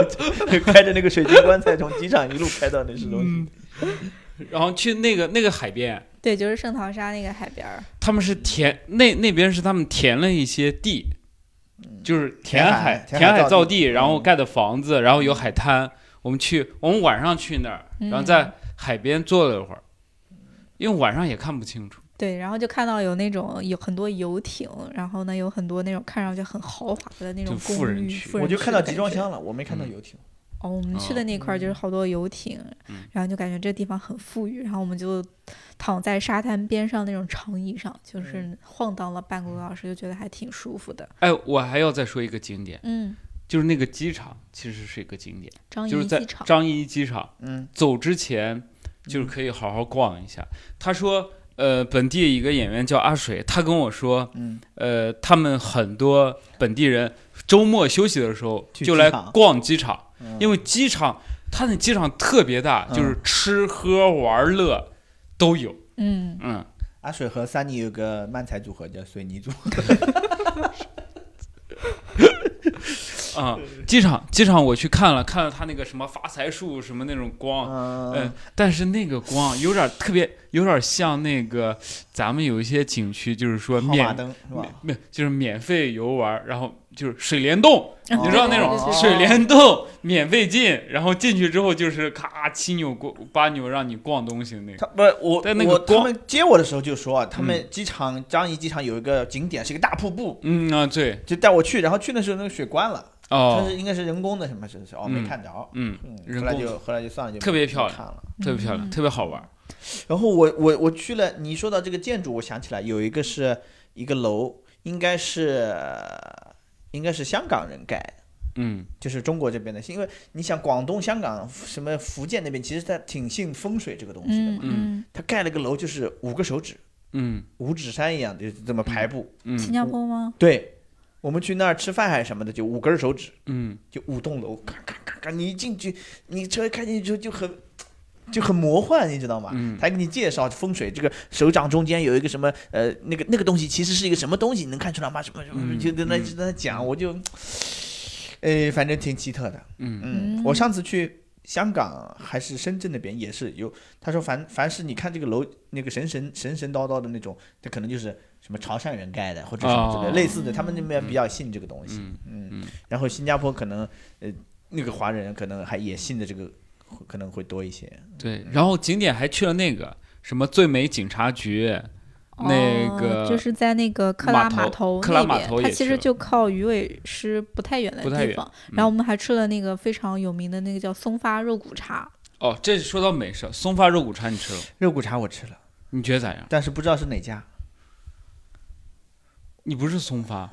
Speaker 3: 开着那个水晶棺材从机场一路开到那市中
Speaker 1: 嗯
Speaker 3: 心。
Speaker 2: 然后去那个那个海边，
Speaker 1: 对，就是圣淘沙那个海边儿，
Speaker 2: 他们是填那那边是他们填了一些地，就是填海
Speaker 3: 嗯填海
Speaker 2: 填海
Speaker 3: 造
Speaker 2: 造
Speaker 3: 地嗯
Speaker 2: 地，然后盖的房子，然后有海滩。我们去，我们晚上去那儿，然后
Speaker 1: 嗯
Speaker 2: 在海边坐了一会儿，因为晚上也看不清楚。
Speaker 1: 对，然后就看到有那种有很多游艇，然后呢有很多那种看上去很豪华的那
Speaker 2: 就
Speaker 1: 种
Speaker 2: 富
Speaker 1: 公
Speaker 2: 人
Speaker 1: 寓
Speaker 2: 区，
Speaker 1: 富
Speaker 3: 我
Speaker 1: 人
Speaker 3: 就
Speaker 1: 区
Speaker 3: 看到
Speaker 1: 的
Speaker 3: 集
Speaker 1: 感
Speaker 3: 装
Speaker 1: 觉
Speaker 3: 箱了，我没看到游艇。
Speaker 1: 哦，我们去的
Speaker 2: 哦
Speaker 1: 那块儿就是好多游艇，
Speaker 2: 嗯
Speaker 1: 然后就感觉这地方很富裕，然后我们就躺在沙滩边上那种长椅上，
Speaker 2: 嗯
Speaker 1: 就是晃荡了半个多小时，就觉得还挺舒服的。
Speaker 2: 哎，我还要再说一个景点，
Speaker 1: 嗯，
Speaker 2: 就是那个机场，其实是一个景点，
Speaker 1: 张
Speaker 2: 就是
Speaker 1: 仪
Speaker 2: 在
Speaker 1: 机场，
Speaker 2: 张掖机场。
Speaker 3: 嗯，
Speaker 2: 走之前就是可以好好逛一下。他说，呃，本地一个演员叫阿水，他跟我说，
Speaker 3: 嗯，
Speaker 2: 呃，他们很多本地人周末休息的时候
Speaker 3: 去
Speaker 2: 就来
Speaker 3: 机场
Speaker 2: 逛机场，
Speaker 3: 嗯
Speaker 2: 因为机场它那机场特别大，
Speaker 3: 嗯
Speaker 2: 就是吃喝玩乐都有。
Speaker 1: 嗯，
Speaker 2: 嗯，
Speaker 3: 阿水和三妮有个漫才组合叫水泥组合，
Speaker 2: 啊、机场机场我去看了，看了他那个什么发财树什么那种光，嗯
Speaker 3: 嗯，，
Speaker 2: 但是那个光有点儿特别，有点儿像那个咱们有一些景区，就是说
Speaker 3: 跑马
Speaker 2: 面
Speaker 3: 灯是吧？
Speaker 2: 没就是免费游玩儿，然后就是水帘洞，
Speaker 3: 哦
Speaker 1: 嗯
Speaker 2: 你知道
Speaker 1: 对
Speaker 2: 那
Speaker 1: 对
Speaker 2: 种
Speaker 1: 对对
Speaker 2: 水帘洞免费进，然后进去之后就是咔七扭过八扭让你逛东西的那个。
Speaker 3: 他不是我，
Speaker 2: 但那个
Speaker 3: 我
Speaker 2: 光
Speaker 3: 他们接我的时候就说啊，他们机场张掖机场有一个景点是一个大瀑布，
Speaker 2: 嗯啊，对
Speaker 3: 就带我去，然后去的时候那个水关了，它
Speaker 2: 哦
Speaker 3: 是，应该是人工的什么是是哦没
Speaker 2: 嗯
Speaker 3: 看着，
Speaker 2: 嗯，
Speaker 3: 嗯，
Speaker 2: 人
Speaker 3: 后来
Speaker 2: 工
Speaker 3: 就后来就算了，就
Speaker 2: 特别漂亮
Speaker 3: 看了。
Speaker 2: 特别漂亮，
Speaker 1: 嗯
Speaker 2: 特别好玩儿。
Speaker 3: 然后我我我去了，你说到这个建筑，我想起来有一个是一个楼，应该是应该是香港人盖的。
Speaker 2: 嗯，
Speaker 3: 就是中国这边的，因为你想广东、香港、什么福建那边，其实它挺信风水这个东西的
Speaker 1: 嗯
Speaker 3: 嘛。
Speaker 1: 嗯，
Speaker 3: 它盖了个楼，就是五个手指，
Speaker 2: 嗯
Speaker 3: 五指山一样，就是这么排布。
Speaker 1: 新
Speaker 2: 嗯
Speaker 1: 加坡吗？
Speaker 3: 对，我们去那儿吃饭还是什么的，就五根手指，
Speaker 2: 嗯，
Speaker 3: 就五栋楼，咔咔咔咔，你一进去，你车开进去之后就很。就很魔幻，你知道吗？
Speaker 2: 嗯
Speaker 3: 他还给你介绍风水，这个手掌中间有一个什么呃，那个那个东西其实是一个什么东西，你能看出来吗？什么什么，
Speaker 2: 嗯
Speaker 3: 就在那
Speaker 2: 嗯
Speaker 3: 就在那讲，我就，呃，反正挺奇特的。
Speaker 2: 嗯
Speaker 3: 嗯，
Speaker 1: 嗯
Speaker 3: 我上次去香港还是深圳那边也是有，他说凡凡是你看这个楼那个神神神神叨叨的那种，这可能就是什么潮汕人盖的或者什么之类的、
Speaker 2: 哦
Speaker 3: 类似的，他们那边比较信这个东西。
Speaker 2: 嗯
Speaker 3: 嗯，
Speaker 2: 嗯
Speaker 3: 然后新加坡可能呃那个华人可能还也信的这个会可能会多一些。
Speaker 2: 对。然后景点还去了那个什么最美警察局，那
Speaker 1: 哦
Speaker 2: 个
Speaker 1: 就是在那个克拉
Speaker 2: 码
Speaker 1: 码
Speaker 2: 头
Speaker 1: 头
Speaker 2: 克拉
Speaker 1: 那
Speaker 2: 码
Speaker 1: 边
Speaker 2: 头，
Speaker 1: 它
Speaker 2: 也
Speaker 1: 其
Speaker 2: 去
Speaker 1: 实
Speaker 2: 了
Speaker 1: 就靠鱼尾狮不太远的
Speaker 2: 不太
Speaker 1: 地
Speaker 2: 远嗯
Speaker 1: 方。然后我们还吃了那个非常有名的那个叫松发肉骨茶，
Speaker 2: 哦，这是说到美食，松发肉骨茶你吃了吗，
Speaker 3: 肉骨茶我吃了，
Speaker 2: 你觉得咋样？
Speaker 3: 但是不知道是哪家，
Speaker 2: 你不是松发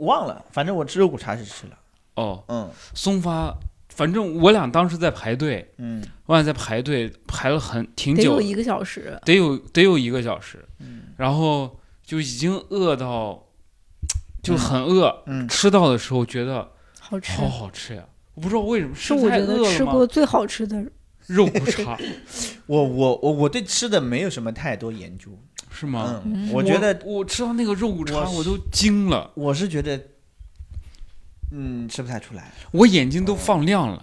Speaker 3: 忘了，反正我吃肉骨茶是吃了。
Speaker 2: 哦，
Speaker 3: 嗯
Speaker 2: 松发，反正我俩当时在排队，
Speaker 3: 嗯，
Speaker 2: 我俩在排队排了很挺
Speaker 1: 得
Speaker 2: 久
Speaker 1: 有
Speaker 2: 的，
Speaker 1: 一嗯个小时。
Speaker 2: 得有得有一个小时，然后就已经饿到就很饿，
Speaker 3: 嗯
Speaker 2: 吃到的时候觉得
Speaker 1: 好吃，
Speaker 2: 好好吃呀、哦我不知道为什么
Speaker 1: 是
Speaker 2: 是
Speaker 1: 我
Speaker 2: 太
Speaker 1: 觉得
Speaker 2: 饿
Speaker 1: 吃
Speaker 2: 了
Speaker 1: 过
Speaker 2: 吗？
Speaker 1: 最好吃的
Speaker 2: 肉骨 茶
Speaker 3: 我我我我对吃的没有什么太多研究。
Speaker 2: 是吗？
Speaker 3: 嗯，
Speaker 1: 嗯
Speaker 3: 我觉得
Speaker 2: 我吃到那个肉骨茶
Speaker 3: 我是
Speaker 2: 我都惊了，
Speaker 3: 我是觉得，嗯，吃不太出来。
Speaker 2: 我眼睛都放亮了。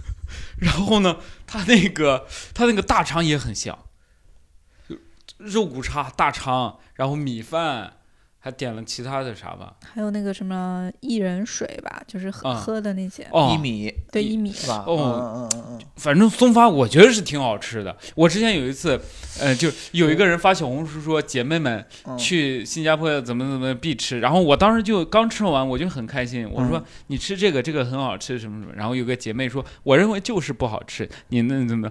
Speaker 2: 然后呢，它那个它那个大肠也很香，肉骨茶、大肠，然后米饭，还点了其他的啥吧？
Speaker 1: 还有那个什么薏仁水吧，就是喝、
Speaker 2: 啊
Speaker 1: 喝的那些，
Speaker 2: 哦，
Speaker 3: 一米
Speaker 1: 对
Speaker 2: 薏
Speaker 1: 薏米，
Speaker 3: 是吧？
Speaker 2: 哦
Speaker 3: 嗯，嗯嗯嗯嗯，
Speaker 2: 反正松发我觉得是挺好吃的。我之前有一次，呃，就有一个人发小红书说姐妹们
Speaker 3: 嗯
Speaker 2: 去新加坡怎么怎么必吃，然后我当时就刚吃完，我就很开心，我说
Speaker 3: 嗯
Speaker 2: 你吃这个这个很好吃什么什么，然后有个姐妹说我认为就是不好吃，你那怎么，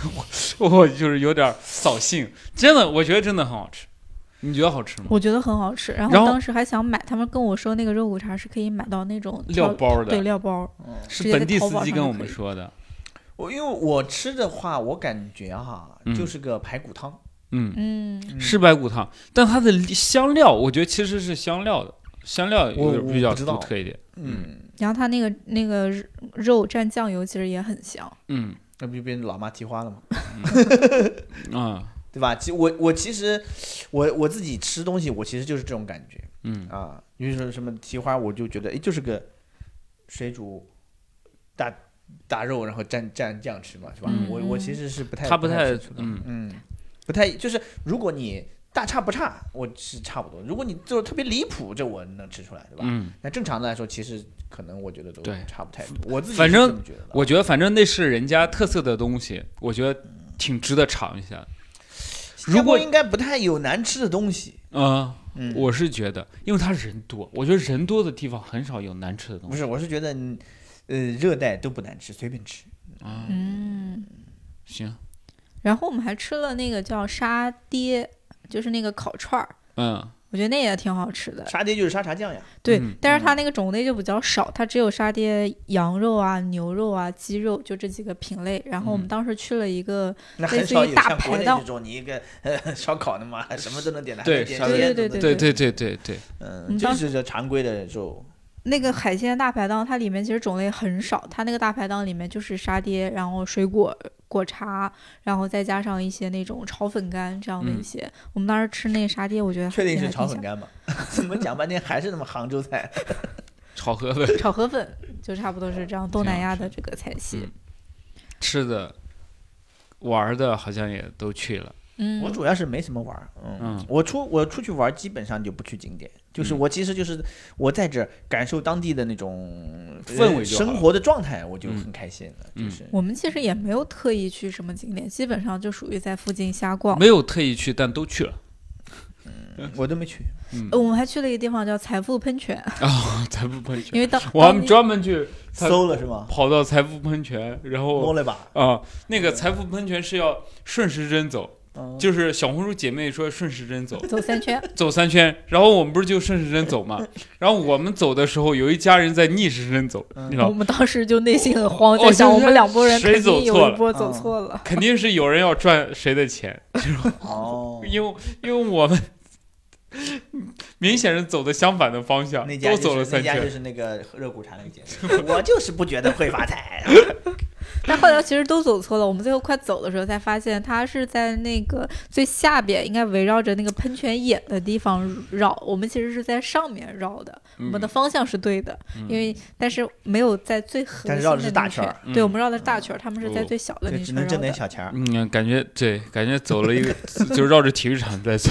Speaker 2: 我我就是有点扫兴，真的我觉得真的很好吃，你觉得好吃吗？
Speaker 1: 我觉得很好吃。然后
Speaker 2: 然后
Speaker 1: 当时还想买，他们跟我说那个肉骨茶是可以买到那种
Speaker 2: 料
Speaker 1: 调
Speaker 2: 包
Speaker 1: 对
Speaker 2: 的，
Speaker 1: 料包，直
Speaker 2: 是
Speaker 1: 接
Speaker 2: 本
Speaker 1: 在
Speaker 2: 地
Speaker 1: 淘
Speaker 2: 司
Speaker 1: 宝
Speaker 2: 机
Speaker 1: 上
Speaker 2: 跟
Speaker 1: 就
Speaker 2: 我
Speaker 1: 可
Speaker 2: 们
Speaker 1: 以
Speaker 2: 说的，
Speaker 3: 嗯我因为我吃的话，我感觉哈
Speaker 2: 嗯，
Speaker 3: 就是个排骨汤。
Speaker 2: 嗯，
Speaker 1: 嗯，
Speaker 3: 嗯
Speaker 2: 是白骨汤，但它的香料我觉得其实是香料的，香料
Speaker 3: 我
Speaker 2: 有点
Speaker 3: 我
Speaker 2: 比较
Speaker 3: 不知道
Speaker 2: 独特一点。
Speaker 3: 嗯，
Speaker 1: 然后它那个那个肉蘸酱油其实也很香，
Speaker 2: 嗯
Speaker 3: 那不就变成老妈蹄花了吗？
Speaker 2: 啊
Speaker 3: 对吧？其我我其实我我自己吃东西，我其实就是这种感觉
Speaker 2: 嗯
Speaker 3: 啊。因为说什么蹄花，我就觉得哎，就是个水煮大大肉，然后蘸蘸酱吃嘛，是吧？
Speaker 2: 嗯
Speaker 3: 我我其实是不太
Speaker 2: 它
Speaker 3: 不
Speaker 2: 不
Speaker 3: 太
Speaker 2: 太
Speaker 3: 吃醋的
Speaker 2: 嗯
Speaker 3: 嗯，不太就是如果你大差不差，我是差不多；如果你就是特别离谱，这我能吃出来，对吧？
Speaker 2: 嗯，
Speaker 3: 那正常的来说，其实可能我觉得都
Speaker 2: 对
Speaker 3: 差不太多。我自己
Speaker 2: 反
Speaker 3: 是
Speaker 2: 正
Speaker 3: 这么觉得的
Speaker 2: 我觉得反正那是人家特色的东西，我觉得挺值得尝一下的。
Speaker 3: 新加
Speaker 2: 如
Speaker 3: 坡
Speaker 2: 果
Speaker 3: 应该不太有难吃的东西。
Speaker 2: 嗯，
Speaker 3: 嗯，
Speaker 2: 我是觉得，因为他人多，我觉得人多的地方很少有难吃的东
Speaker 3: 不
Speaker 2: 西。
Speaker 3: 是，我是觉得你，呃，热带都不难吃，随便吃。
Speaker 2: 啊，
Speaker 1: 嗯。
Speaker 2: 行，
Speaker 1: 然后我们还吃了那个叫沙爹，就是那个烤串儿，
Speaker 2: 嗯
Speaker 1: 我觉得那也挺好吃的。
Speaker 3: 沙爹就是沙茶酱呀，
Speaker 1: 对，
Speaker 2: 嗯
Speaker 1: 但是它那个种类就比较少，它只有沙爹羊肉啊、牛肉啊、鸡肉就这几个品类。然后我们
Speaker 2: 嗯
Speaker 1: 当时去了一个，
Speaker 3: 那
Speaker 1: 类
Speaker 3: 很
Speaker 1: 似
Speaker 3: 少
Speaker 1: 于
Speaker 3: 有
Speaker 1: 大
Speaker 3: 像国
Speaker 1: 排
Speaker 3: 内
Speaker 1: 档
Speaker 3: 这种，你一个呃烧烤的嘛，什么都能点的，
Speaker 2: 对
Speaker 3: 还能点
Speaker 2: 沙
Speaker 3: 些
Speaker 1: 爹
Speaker 3: 都
Speaker 1: 对
Speaker 3: 能
Speaker 1: 对
Speaker 2: 对对对对对，
Speaker 3: 嗯，
Speaker 1: 嗯
Speaker 3: 就
Speaker 1: 当
Speaker 3: 是这常规的肉，
Speaker 1: 那个海鲜大排档，它里面其实种类很少，它那个大排档里面就是沙爹，然后水果。果茶，然后再加上一些那种炒粉干这样的一
Speaker 2: 嗯
Speaker 1: 些，我们当时吃那个沙爹，我觉得
Speaker 3: 确定是炒
Speaker 1: 炒
Speaker 3: 粉干吗？
Speaker 2: 嗯
Speaker 3: 怎么讲半天还是那么杭州菜？
Speaker 2: 炒河粉
Speaker 1: 炒河粉就差不多是这样，东
Speaker 2: 挺
Speaker 1: 南
Speaker 2: 好
Speaker 1: 亚
Speaker 2: 吃
Speaker 1: 的这个菜系。
Speaker 2: 吃的、玩儿的，好像也都去了。
Speaker 1: 嗯，
Speaker 3: 我主要是没什么玩儿，嗯
Speaker 2: 嗯，
Speaker 3: 我出我出去玩儿基本上就不去景点，就是
Speaker 2: 嗯
Speaker 3: 我其实就是我在这儿感受当地的那种呃
Speaker 2: 氛围就好
Speaker 3: 生
Speaker 2: 了
Speaker 3: 活的状态，我就
Speaker 2: 嗯
Speaker 3: 很开心了，就
Speaker 2: 嗯
Speaker 3: 是
Speaker 1: 我们其实也没有特意去什么景点，基本上就属于在附近瞎逛。
Speaker 2: 没有特意去，但都去了。
Speaker 3: 我都没去，
Speaker 2: 嗯
Speaker 1: 呃，我们还去了一个地方叫财富喷泉，
Speaker 2: 啊，财富喷
Speaker 1: 因
Speaker 2: 泉，
Speaker 1: 为当
Speaker 2: 我
Speaker 1: 当
Speaker 2: 们
Speaker 1: 地，
Speaker 2: 专门去财
Speaker 3: 搜了是吗？
Speaker 2: 跑到财富喷泉，然
Speaker 3: 摸
Speaker 2: 后
Speaker 3: 了吧，
Speaker 2: 啊，那个财富喷泉是要顺时针走，
Speaker 3: 嗯
Speaker 2: 就是小红书姐妹说顺时针走
Speaker 1: 走三圈，
Speaker 2: 走三圈，然后我们不是就顺时针走嘛，然后我们走的时候有一家人在逆时针走，
Speaker 3: 嗯
Speaker 2: 你知
Speaker 1: 我
Speaker 2: 道。
Speaker 1: 们当时就内心很慌，
Speaker 2: 哦
Speaker 1: 在想
Speaker 2: 就
Speaker 1: 我
Speaker 2: 是
Speaker 1: 们两拨人
Speaker 2: 谁
Speaker 1: 肯定
Speaker 2: 走错
Speaker 1: 有一
Speaker 2: 了
Speaker 1: 波走
Speaker 3: 嗯
Speaker 1: 错了。
Speaker 2: 肯定是有人要赚谁的钱，
Speaker 3: 哦，
Speaker 2: 因为因为我 们明显是走的相反的方向，
Speaker 3: 那家
Speaker 2: 都
Speaker 3: 就是
Speaker 2: 走了三
Speaker 3: 那家就
Speaker 2: 圈。
Speaker 3: 是那个热骨茶那个姐妹，我就是不觉得会发财。
Speaker 1: 但后来其实都走错了，我们最后快走的时候才发现，它是在那个最下边，应该围绕着那个喷泉眼的地方绕。我们其实是在上面绕的，我
Speaker 2: 嗯
Speaker 1: 们的方向是对的，因为但是没有在最核心
Speaker 3: 但
Speaker 1: 的
Speaker 3: 是绕的是大
Speaker 1: 那
Speaker 3: 圈儿
Speaker 1: 圈对我们绕的是大圈儿，他们是在
Speaker 2: 嗯哦
Speaker 1: 最小的
Speaker 3: 就
Speaker 1: 那
Speaker 3: 只
Speaker 1: 圈
Speaker 3: 能
Speaker 1: 儿
Speaker 3: 挣
Speaker 1: 绕
Speaker 3: 点
Speaker 1: 的。
Speaker 3: 小钱儿。
Speaker 2: 嗯，感觉对，感觉走了一个，就绕着体育场 在走。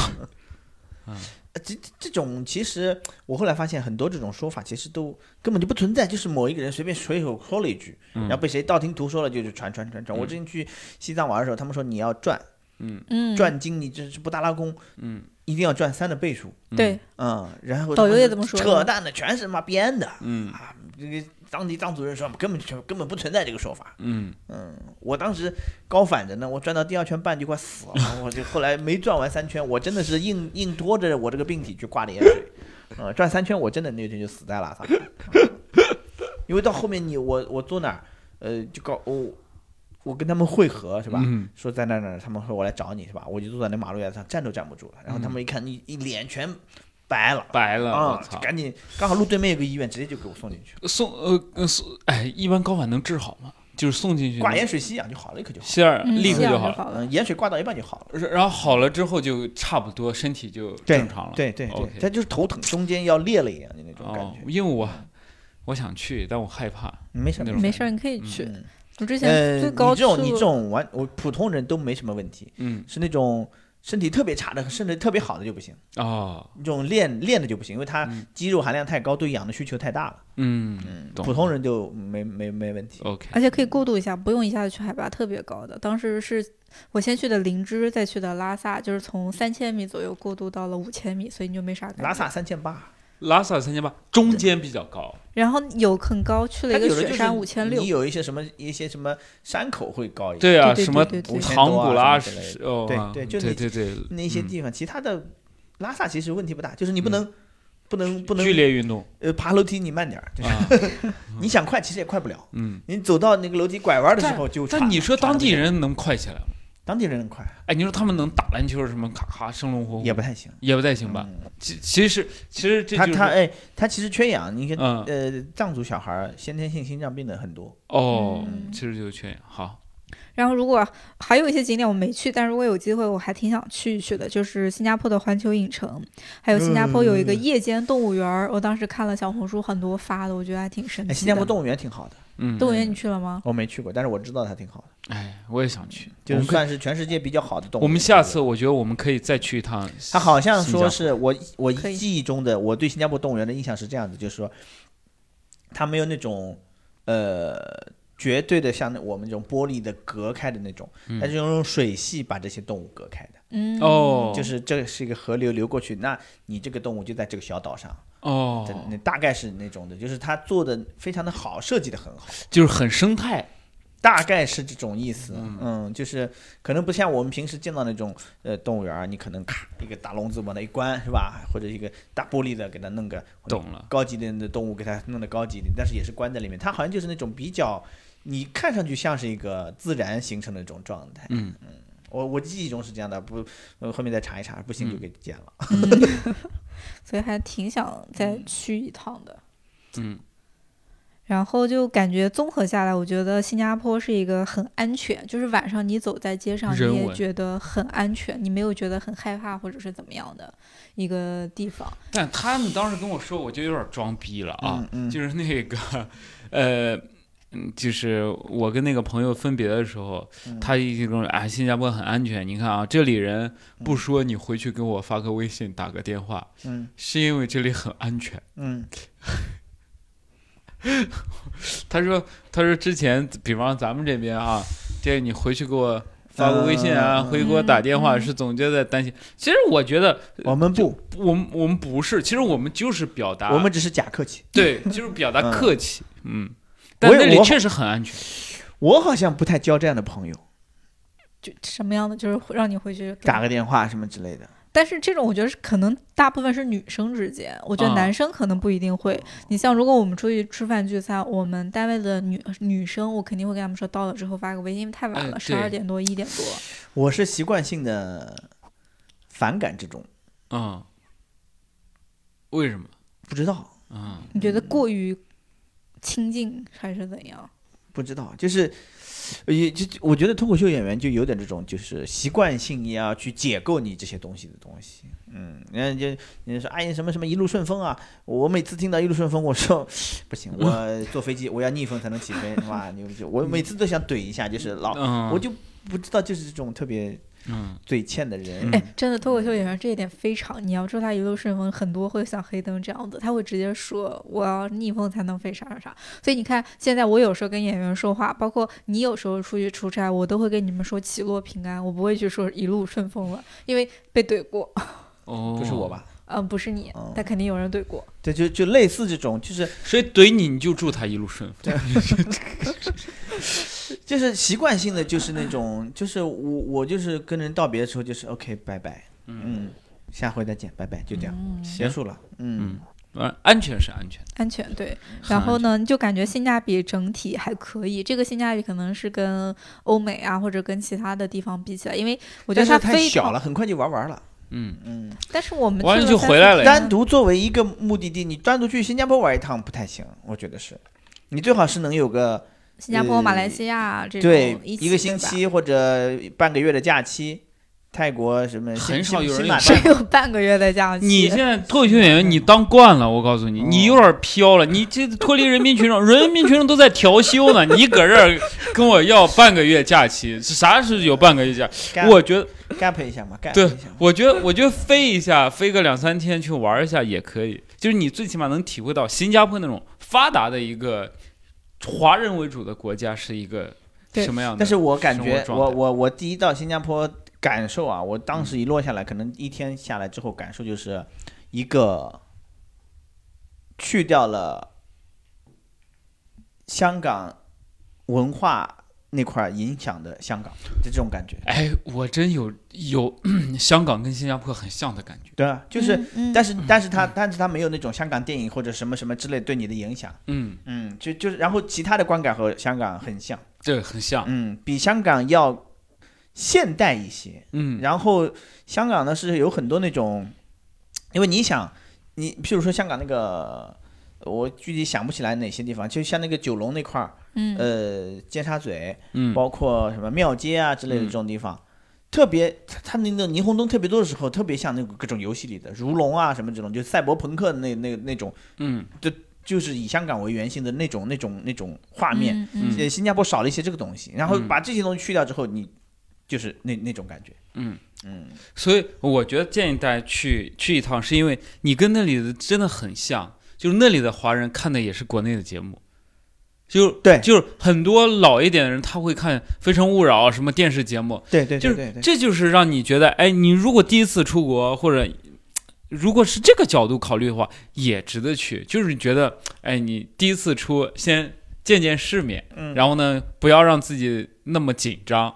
Speaker 3: 这种其实我后来发现很多这种说法其实都根本就不存在，就是某一个人随便随口说了一句，
Speaker 2: 嗯
Speaker 3: 然后被谁道听途说了，就是传传传传。我
Speaker 2: 嗯
Speaker 3: 之前去西藏玩的时候，他们说你要赚
Speaker 2: 嗯
Speaker 1: 嗯，
Speaker 3: 赚经，你这是布达拉宫
Speaker 2: 嗯，
Speaker 3: 一定要赚三的倍数。
Speaker 1: 对，
Speaker 3: 嗯，然后
Speaker 1: 导游
Speaker 3: 他们
Speaker 1: 也这么说的
Speaker 3: 扯淡的全是妈编的
Speaker 2: 嗯
Speaker 3: 啊！这个当地藏族人说根本就根本不存在这个说法。
Speaker 2: 嗯
Speaker 3: 嗯，我当时高反着呢，我转到第二圈半就快死了，我就后来没转完三圈，我真的是硬硬拖着我这个病体去挂的盐水，嗯，转三圈我真的那天就死在拉萨， 因为到后面你我我坐那儿，呃，就搞我、我跟他们会合是吧？
Speaker 2: 嗯
Speaker 3: 说在那儿那儿，他们说我来找你是吧？我就坐在那马路牙子上站都站不住了，然后他们一看一一脸全白了。
Speaker 2: 白了，
Speaker 3: 啊
Speaker 2: 嗯我、操！
Speaker 3: 赶紧，刚好路对面有个医院，直接就给我送进去，
Speaker 2: 送呃呃送，哎，一般高反能治好吗？就是送进去
Speaker 3: 挂盐水吸氧就好了，立刻就好了。
Speaker 2: 吸二
Speaker 1: 嗯
Speaker 2: 呃立刻
Speaker 1: 这样
Speaker 2: 好了，
Speaker 1: 好了。
Speaker 3: 嗯，盐水挂到一半就好了。
Speaker 2: 然然后好了之后就差不多身体就
Speaker 3: 对
Speaker 2: 正常了。
Speaker 3: 对对对
Speaker 2: OK，
Speaker 3: 它就是头疼，中间要裂了一样的那种感
Speaker 2: 哦
Speaker 3: 觉，。
Speaker 2: 因为我我想去，但我害怕。
Speaker 3: 没事
Speaker 2: 那
Speaker 3: 儿
Speaker 2: 种
Speaker 1: 没
Speaker 3: 没
Speaker 1: 事
Speaker 3: 事
Speaker 1: 儿，
Speaker 3: 儿。
Speaker 1: 你可以
Speaker 2: 嗯
Speaker 1: 去。
Speaker 3: 嗯
Speaker 1: 我之前
Speaker 3: 呃，
Speaker 1: 最
Speaker 3: 你
Speaker 1: 高
Speaker 3: 这
Speaker 1: 去过，
Speaker 3: 种你这种完，我普通人都没什么问题，
Speaker 2: 嗯
Speaker 3: 是那种身体特别差的，身体特别好的就不行，
Speaker 2: 哦
Speaker 3: 这种练练的就不行，因为它
Speaker 2: 嗯
Speaker 3: 肌肉含量太高，对氧的需求太大了。
Speaker 2: 嗯，懂
Speaker 3: 普通人就没没没问题。
Speaker 2: OK
Speaker 1: 而且可以过渡一下，不用一下子去海拔特别高的。当时是我先去的林芝，再去的拉萨，就是从三千米左右过渡到了五千米，所以你就没啥感觉。
Speaker 3: 拉萨，三千八，
Speaker 2: 拉萨三千八，中间比较高。
Speaker 3: 哎
Speaker 1: 然后有很高，去了
Speaker 3: 它
Speaker 1: 一
Speaker 3: 有
Speaker 1: 个
Speaker 3: 的就
Speaker 1: 雪山五
Speaker 3: 是
Speaker 1: 千六
Speaker 3: 你，有一些什么一些什么山口会高一点，
Speaker 2: 对啊，
Speaker 1: 对对
Speaker 2: 什么
Speaker 1: 对对
Speaker 3: 对
Speaker 2: 唐古拉
Speaker 3: 五千多啊什么之类
Speaker 2: 是哦，
Speaker 3: 对
Speaker 2: 啊
Speaker 3: 对
Speaker 2: 对
Speaker 3: 就那
Speaker 2: 对对，
Speaker 3: 那些
Speaker 2: 嗯
Speaker 3: 地方，其他的拉萨其实问题不大，就是你不能不能不能
Speaker 2: 剧烈运动
Speaker 3: 呃爬楼梯你慢点儿，就是
Speaker 2: 啊，
Speaker 3: 你想快其实也快不了。
Speaker 2: 嗯。
Speaker 3: 你走到那个楼梯拐弯的时候就喘
Speaker 2: 但你说
Speaker 3: 喘
Speaker 2: 当
Speaker 3: 得
Speaker 2: 地
Speaker 3: 不行
Speaker 2: 人能快起来吗？
Speaker 3: 当地人很快
Speaker 2: 哎，你说他们能打篮球什么咔咔生龙活虎，
Speaker 3: 也不太行，
Speaker 2: 也不太行吧？
Speaker 3: 嗯
Speaker 2: 其其实其实哦这
Speaker 3: 他
Speaker 2: 就是
Speaker 3: 他哎，他其实缺氧，你看
Speaker 2: 嗯
Speaker 3: 呃，藏族小孩儿先天性心脏病的很多，
Speaker 2: 哦，
Speaker 1: 嗯
Speaker 2: 其实就是缺氧。好，
Speaker 1: 然后，如果还有一些景点我没去，但如果有机会，我还挺想去一去的，就是新加坡的环球影城，还有新加坡有一个夜间动物园儿，我当时看了小红书很多发的，我觉得还挺神奇嗯
Speaker 3: 哎，
Speaker 1: 的。
Speaker 3: 新加坡动物园挺好的，
Speaker 2: 嗯，
Speaker 1: 动物园你去了吗？
Speaker 3: 我没去过，但是我知道它挺好的，
Speaker 2: 哎，我也想去，
Speaker 3: 就
Speaker 2: 我
Speaker 3: 是
Speaker 2: 们可以
Speaker 3: 算是全世界比较好的动物园。
Speaker 2: 我们下次我觉得我们可以再去一趟。
Speaker 3: 他好像
Speaker 2: 新加
Speaker 3: 说
Speaker 2: 坡
Speaker 3: 是我我
Speaker 1: 可以
Speaker 3: 记忆中的我对新加坡动物园的印象是这样子，就是说，它没有那种呃绝对的像那我们这种玻璃的隔开的那种，
Speaker 2: 嗯
Speaker 3: 它是用水系把这些动物隔开的，
Speaker 1: 嗯，
Speaker 2: 哦，
Speaker 3: 就是这是一个河流流过去，那你这个动物就在这个小岛上，
Speaker 2: 哦
Speaker 3: 这，那大概是那种的，就是它做的非常的好，设计的很好。
Speaker 2: 就是很生态。
Speaker 3: 大概是这种意思，嗯就是可能不像我们平时见到那种呃动物园儿，你可能咔一个大笼子往那一关是吧，或者一个大玻璃的给它弄个
Speaker 2: 懂了
Speaker 3: 高级点的动物给它弄得高级一点，但是也是关在里面，它好像就是那种比较你看上去像是一个自然形成的一种状态，
Speaker 2: 嗯
Speaker 3: 我我记忆中是这样的，不呃后面再查一查，不行就给剪了。
Speaker 1: 所以还挺想再
Speaker 3: 嗯
Speaker 1: 去一趟的。
Speaker 2: 嗯，
Speaker 1: 然后就感觉综合下来，我觉得新加坡是一个很安全，就是晚上你走在街上，
Speaker 2: 人
Speaker 1: 你也
Speaker 2: 文
Speaker 1: 觉得很安全，你没有觉得很害怕或者是怎么样的一个地方。
Speaker 2: 但他们当时跟我说，我就有点装逼了啊，
Speaker 3: 嗯嗯
Speaker 2: 就是那个，呃，嗯，就是我跟那个朋友分别的时候，
Speaker 3: 嗯
Speaker 2: 他一直跟我说，哎，新加坡很安全，你看啊，这里人不说，你回去给我发个微信，打个电话，
Speaker 3: 嗯
Speaker 2: 是因为这里很安全。
Speaker 3: 嗯
Speaker 2: 他说，他说之前，比方咱们这边啊，这你回去给我。发个微信啊，
Speaker 3: 嗯
Speaker 2: 回去给我打电话，
Speaker 1: 嗯
Speaker 2: 是总觉得担心。其实我觉得，
Speaker 3: 我们不，
Speaker 2: 我们我们不是，其实我们就是表达，
Speaker 3: 我们只是假客气。
Speaker 2: 对，就是表达
Speaker 3: 嗯
Speaker 2: 客气，嗯。但
Speaker 3: 我也
Speaker 2: 那里
Speaker 3: 我
Speaker 2: 确实很安全，
Speaker 3: 我好像不太交这样的朋友，
Speaker 1: 就什么样的，就是让你回去跟
Speaker 3: 打个电话什么之类的。
Speaker 1: 但是这种我觉得是可能大部分是女生之间，我觉得
Speaker 2: 啊哦
Speaker 1: 男生可能不一定会。你像如果我们出去吃饭聚餐，我们单位的女女生，我肯定会跟他们说到了之后发个微信，因为太晚
Speaker 2: 哎
Speaker 1: 了，十
Speaker 2: 对
Speaker 1: 二点多一点多。
Speaker 3: 我是习惯性的反感这种，
Speaker 2: 嗯。为什么？
Speaker 3: 不知道，
Speaker 2: 嗯，
Speaker 1: 你觉得过于亲近还是怎样？
Speaker 3: 不知道，就是也就我觉得脱口秀演员就有点这种，就是习惯性也要去解构你这些东西的东西。嗯，人家就人家说哎呀什么什么一路顺风啊，我每次听到一路顺风，我说 不行，我坐飞机我要逆风才能起飞，哇牛逼！我每次都想怼一下，就是老、
Speaker 2: 嗯
Speaker 3: 我就不知道就是这种特别
Speaker 2: 嗯，
Speaker 3: 嘴欠的人。
Speaker 1: 哎，真的脱口秀演员这一点非常，你要祝他一路顺风，很多会像黑灯这样子，他会直接说我要逆风才能飞啥啥啥。所以你看，现在我有时候跟演员说话，包括你有时候出去出差，我都会跟你们说起落平安，我不会去说一路顺风了，因为被怼过。
Speaker 2: 哦，
Speaker 3: 不是我？吧？
Speaker 1: 嗯，不是你
Speaker 3: 哦，
Speaker 1: 但肯定有人怼过。
Speaker 3: 对，就就类似这种，就是
Speaker 2: 所以怼你，你就祝他一路顺风。
Speaker 3: 就是习惯性的就是那种，就是我我就是跟人道别的时候就是 OK 拜拜，嗯，下回再见，拜拜，就这样、
Speaker 1: 嗯，
Speaker 3: 结束了，嗯
Speaker 2: 嗯，安安全是安全的。
Speaker 1: 安全对。
Speaker 2: 很
Speaker 1: 然后呢，就感觉性价比整体还可以。这个性价比可能是跟欧美啊，或者跟其他的地方比起来，因为我觉
Speaker 3: 但
Speaker 1: 得它
Speaker 3: 是太
Speaker 1: 非
Speaker 3: 小
Speaker 1: 常
Speaker 3: 了，很快就玩完了，
Speaker 2: 嗯，
Speaker 3: 嗯，
Speaker 1: 但是我们
Speaker 2: 完了
Speaker 1: 去
Speaker 2: 就
Speaker 1: 三
Speaker 2: 回
Speaker 1: 四
Speaker 2: 来了
Speaker 1: 天
Speaker 3: 单独作为一个目的地，你单独去新加坡玩一趟不太行，我觉得是，你最好是能有个
Speaker 1: 新加坡、马
Speaker 3: 呃
Speaker 1: 来西亚这种
Speaker 3: 对
Speaker 1: 一
Speaker 3: 个
Speaker 1: 起
Speaker 3: 星
Speaker 1: 对吧，
Speaker 3: 期或者半个月的假期，泰国什么
Speaker 2: 很
Speaker 3: 新
Speaker 2: 少有人
Speaker 3: 新
Speaker 2: 有
Speaker 3: 马
Speaker 2: 这
Speaker 3: 泰
Speaker 1: 只有半个月的假期。嗯
Speaker 2: 你现在脱口秀演员，你当惯了，我告诉你，
Speaker 3: 哦
Speaker 2: 你有点飘了，你这脱离人民群众，人民群众都在调休呢，你搁这儿跟我要半个月假期，啥是有半个月假？
Speaker 3: gap-
Speaker 2: 我觉得
Speaker 3: gap 一下嘛，gap
Speaker 2: 对
Speaker 3: 一下嘛，
Speaker 2: 我觉得，我觉得飞一下，飞个两三天去玩一下也可以。就是你最起码能体会到新加坡那种发达的一个华人为主的国家是一个
Speaker 1: 对
Speaker 2: 什么样的。
Speaker 3: 但是我感觉
Speaker 2: 生活，状态
Speaker 3: 我我我第一到新加坡感受啊，我当时一落下来，可能一天下来之后，感受就是一个去掉了香港文化那块儿影响的香港，就这种感觉。
Speaker 2: 哎，我真有有 香港跟新加坡很像的感觉。
Speaker 3: 对啊，就是，
Speaker 1: 嗯嗯
Speaker 3: 但是但是他但是他没有那种香港电影或者什么什么之类对你的影响，
Speaker 2: 嗯，
Speaker 3: 嗯，就就是然后其他的观感和香港很像。
Speaker 2: 这很像。
Speaker 3: 嗯，比香港要现代一些。
Speaker 2: 嗯，
Speaker 3: 然后香港呢是有很多那种，因为你想，你譬如说香港那个，我具体想不起来哪些地方，就像那个九龙那块儿，
Speaker 1: 嗯
Speaker 3: 呃，尖沙咀，
Speaker 2: 嗯
Speaker 3: 包括什么庙街啊之类的
Speaker 2: 嗯
Speaker 3: 这种地方，特别它它那个霓虹灯特别多的时候，特别像那个各种游戏里的如龙啊什么这种，就赛博朋克那那那种，
Speaker 2: 嗯
Speaker 3: 就是以香港为原型的那种那种那种画面。
Speaker 1: 嗯嗯
Speaker 3: 呃，新加坡少了一些这个东西，然后
Speaker 2: 嗯
Speaker 3: 把这些东西去掉之后，你就是那那种感觉。
Speaker 2: 嗯，
Speaker 3: 嗯，
Speaker 2: 所以我觉得建议大家去去一趟，是因为你跟那里的真的很像，就是那里的华人看的也是国内的节目，就
Speaker 3: 对
Speaker 2: 就是很多老一点的人他会看《非诚勿扰》啊什么电视节目，
Speaker 3: 对对
Speaker 2: 就
Speaker 3: 对对
Speaker 2: 是
Speaker 3: 对，
Speaker 2: 这就是让你觉得，哎，你如果第一次出国或者。如果是这个角度考虑的话，也值得去。就是觉得，哎，你第一次出，先见见世面，
Speaker 3: 嗯，
Speaker 2: 然后呢，不要让自己那么紧张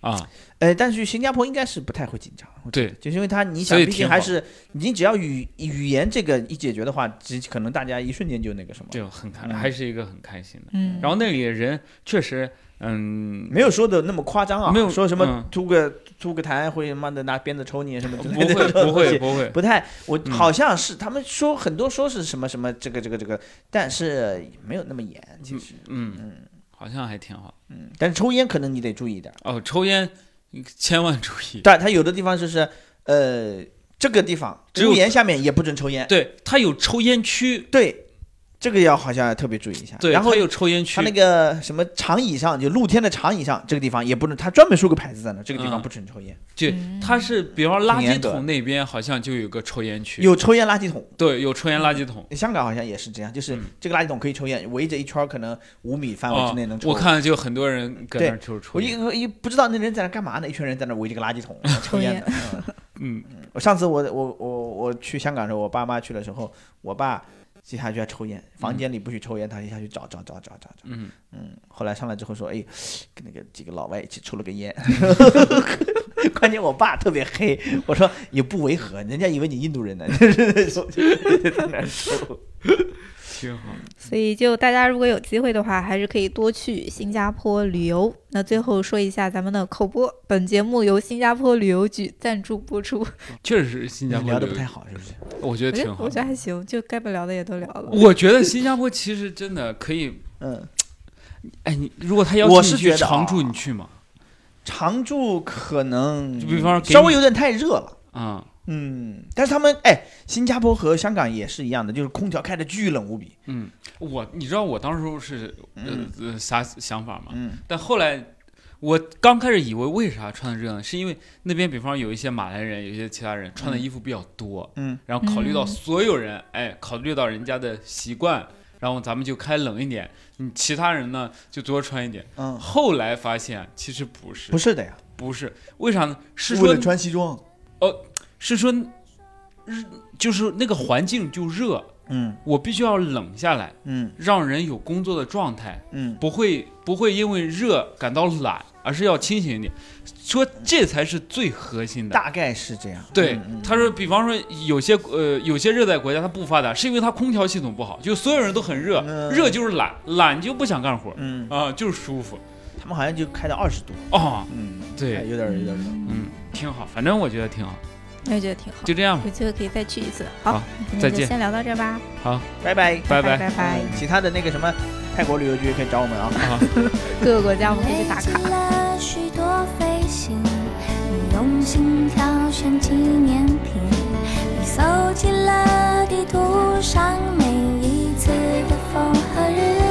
Speaker 2: 啊。
Speaker 3: 呃，但是新加坡应该是不太会紧张，我觉
Speaker 2: 对
Speaker 3: 得，就是因为他你
Speaker 2: 所
Speaker 3: 想，
Speaker 2: 以
Speaker 3: 毕
Speaker 2: 挺
Speaker 3: 竟
Speaker 2: 好
Speaker 3: 还是你只要语语言这个一解决的话，只可能大家一瞬间就那个什么，
Speaker 2: 这种很开，
Speaker 3: 嗯
Speaker 2: 还是一个很开心的。
Speaker 1: 嗯，
Speaker 2: 然后那里的人确实，嗯，
Speaker 3: 没有说的那么夸张啊，
Speaker 2: 没有
Speaker 3: 说什么
Speaker 2: 嗯
Speaker 3: 吐个吐个痰会妈的拿鞭子抽你什么之
Speaker 2: 不
Speaker 3: 类的
Speaker 2: 会
Speaker 3: 这
Speaker 2: 不
Speaker 3: 种东西
Speaker 2: 会不会，
Speaker 3: 不太，我
Speaker 2: 嗯
Speaker 3: 好像是他们说很多说是什么什么这个这个这个，但是没有那么严，其实，
Speaker 2: 嗯
Speaker 3: 嗯，
Speaker 2: 好像还挺好。
Speaker 3: 嗯，但是抽烟可能你得注意一点。
Speaker 2: 哦，抽烟千万注意。
Speaker 3: 但它有的地方就是，呃，这个地方
Speaker 2: 只有
Speaker 3: 屋檐下面也不准抽烟。
Speaker 2: 对，它有抽烟区，
Speaker 3: 对，这个要好像特别注意一下。
Speaker 2: 对，
Speaker 3: 然后
Speaker 2: 它有抽烟区
Speaker 3: 它，那个什么长椅上，就露天的长椅上，这个地方也不能，它专门竖个牌子在那，这个地方
Speaker 2: 嗯
Speaker 3: 不准抽烟，
Speaker 2: 对，它是比方说垃
Speaker 3: 挺
Speaker 2: 圾
Speaker 3: 严格
Speaker 2: 桶那边好像就有个抽烟区，
Speaker 3: 有嗯抽烟垃圾桶。
Speaker 2: 对，有抽烟垃圾桶。
Speaker 3: 香港好像也是这样，就是
Speaker 2: 嗯
Speaker 3: 这个垃圾桶可以抽烟，围着一圈儿可能五米范围
Speaker 2: 啊
Speaker 3: 之内能，抽。
Speaker 2: 我，看就很多人搁那儿
Speaker 3: 对
Speaker 2: 就是抽
Speaker 3: 我
Speaker 2: 烟。
Speaker 3: 一一不知道那人在那干嘛呢，一群人在那围着个垃 圾桶抽烟呢。 嗯
Speaker 2: 嗯，
Speaker 3: 我上次我我我我去香港的时候，我爸妈去的时候，我爸接下去要抽烟，房间里不许抽烟，他一下去找找找找找找，
Speaker 2: 嗯，
Speaker 3: 嗯，后来上来之后说，哎，跟那个几个老外一起抽了根 烟，关键我爸特别黑，我说也不违和，人家以为你印度人呢， 就是说就在那抽，
Speaker 2: 挺好。
Speaker 1: 所以就大家如果有机会的话，还是可以多去新加坡旅游。那最后说一下咱们的口播，本节目由新加坡旅游局赞助播出。
Speaker 2: 确实，新加坡
Speaker 3: 嗯聊的
Speaker 2: 旅
Speaker 3: 不
Speaker 2: 游
Speaker 3: 太好，是不是？
Speaker 2: 我觉
Speaker 1: 我觉
Speaker 2: 得挺
Speaker 1: 得
Speaker 2: 好
Speaker 1: 哎我。觉得还行，就该不聊的也都聊了。
Speaker 2: 我觉得新加坡其实真的可以，
Speaker 3: 嗯，
Speaker 2: 哎，你如果他邀
Speaker 3: 我
Speaker 2: 请
Speaker 3: 是
Speaker 2: 你去
Speaker 3: 觉得啊
Speaker 2: 常住，你去吗？
Speaker 3: 常住可能
Speaker 2: 就比方说给
Speaker 3: 稍
Speaker 2: 你
Speaker 3: 微有点太热了。
Speaker 2: 啊，
Speaker 3: 嗯，但是他们哎，新加坡和香港也是一样的，就是空调开的巨冷无比。
Speaker 2: 嗯，我你知道我当时是呃
Speaker 3: 嗯
Speaker 2: 呃啥想法吗？
Speaker 3: 嗯，
Speaker 2: 但后来我刚开始以为为啥穿的这样，是因为那边比方有一些马来人，有一些其他人穿的衣服比较多，
Speaker 3: 嗯，
Speaker 2: 然后考虑到
Speaker 1: 嗯
Speaker 2: 所有人，哎，考虑到人家的习惯，然后咱们就开冷一点，你其他人呢就多穿一点。
Speaker 3: 嗯，
Speaker 2: 后来发现其实不是，
Speaker 3: 不
Speaker 2: 是
Speaker 3: 是的呀，
Speaker 2: 不是，为啥呢？是
Speaker 3: 为
Speaker 2: 说
Speaker 3: 了穿西装。
Speaker 2: 是说日就是那个环境就热，
Speaker 3: 嗯
Speaker 2: 我必须要冷下来，
Speaker 3: 嗯
Speaker 2: 让人有工作的状态。
Speaker 3: 嗯，
Speaker 2: 不会不会因为热感到懒，而是要清醒一点，说这才是最核心的。
Speaker 3: 大概是这样。
Speaker 2: 对
Speaker 3: 嗯，嗯
Speaker 2: 他说，比方说有些呃有些热带国家它不发达，是因为它空调系统不好，就所有人都很热，
Speaker 3: 嗯
Speaker 2: 热就是懒，懒就不想干活
Speaker 3: 嗯，
Speaker 2: 啊、就是舒服
Speaker 3: 他们好像就开到二十度。
Speaker 2: 哦，
Speaker 3: 嗯，
Speaker 2: 对
Speaker 3: 哎有点儿有点儿冷。
Speaker 2: 嗯，挺好，反正我觉得挺好，
Speaker 1: 我也觉得挺好，
Speaker 2: 就这样吧，
Speaker 1: 有机会可以再去一次。
Speaker 2: 好
Speaker 1: 好，那今
Speaker 2: 再
Speaker 1: 天就
Speaker 2: 见
Speaker 1: 先聊到这儿吧，
Speaker 3: 拜拜。
Speaker 2: 拜
Speaker 1: 拜拜，
Speaker 3: 嗯其他的那个什么泰国旅游局可以找我们啊。
Speaker 2: 啊。
Speaker 1: 各个国家我们可以
Speaker 4: 累
Speaker 1: 去打
Speaker 4: 积
Speaker 1: 卡。
Speaker 4: 了许多飞行，你用心挑选纪念品，你搜集了地图上每一次的风和日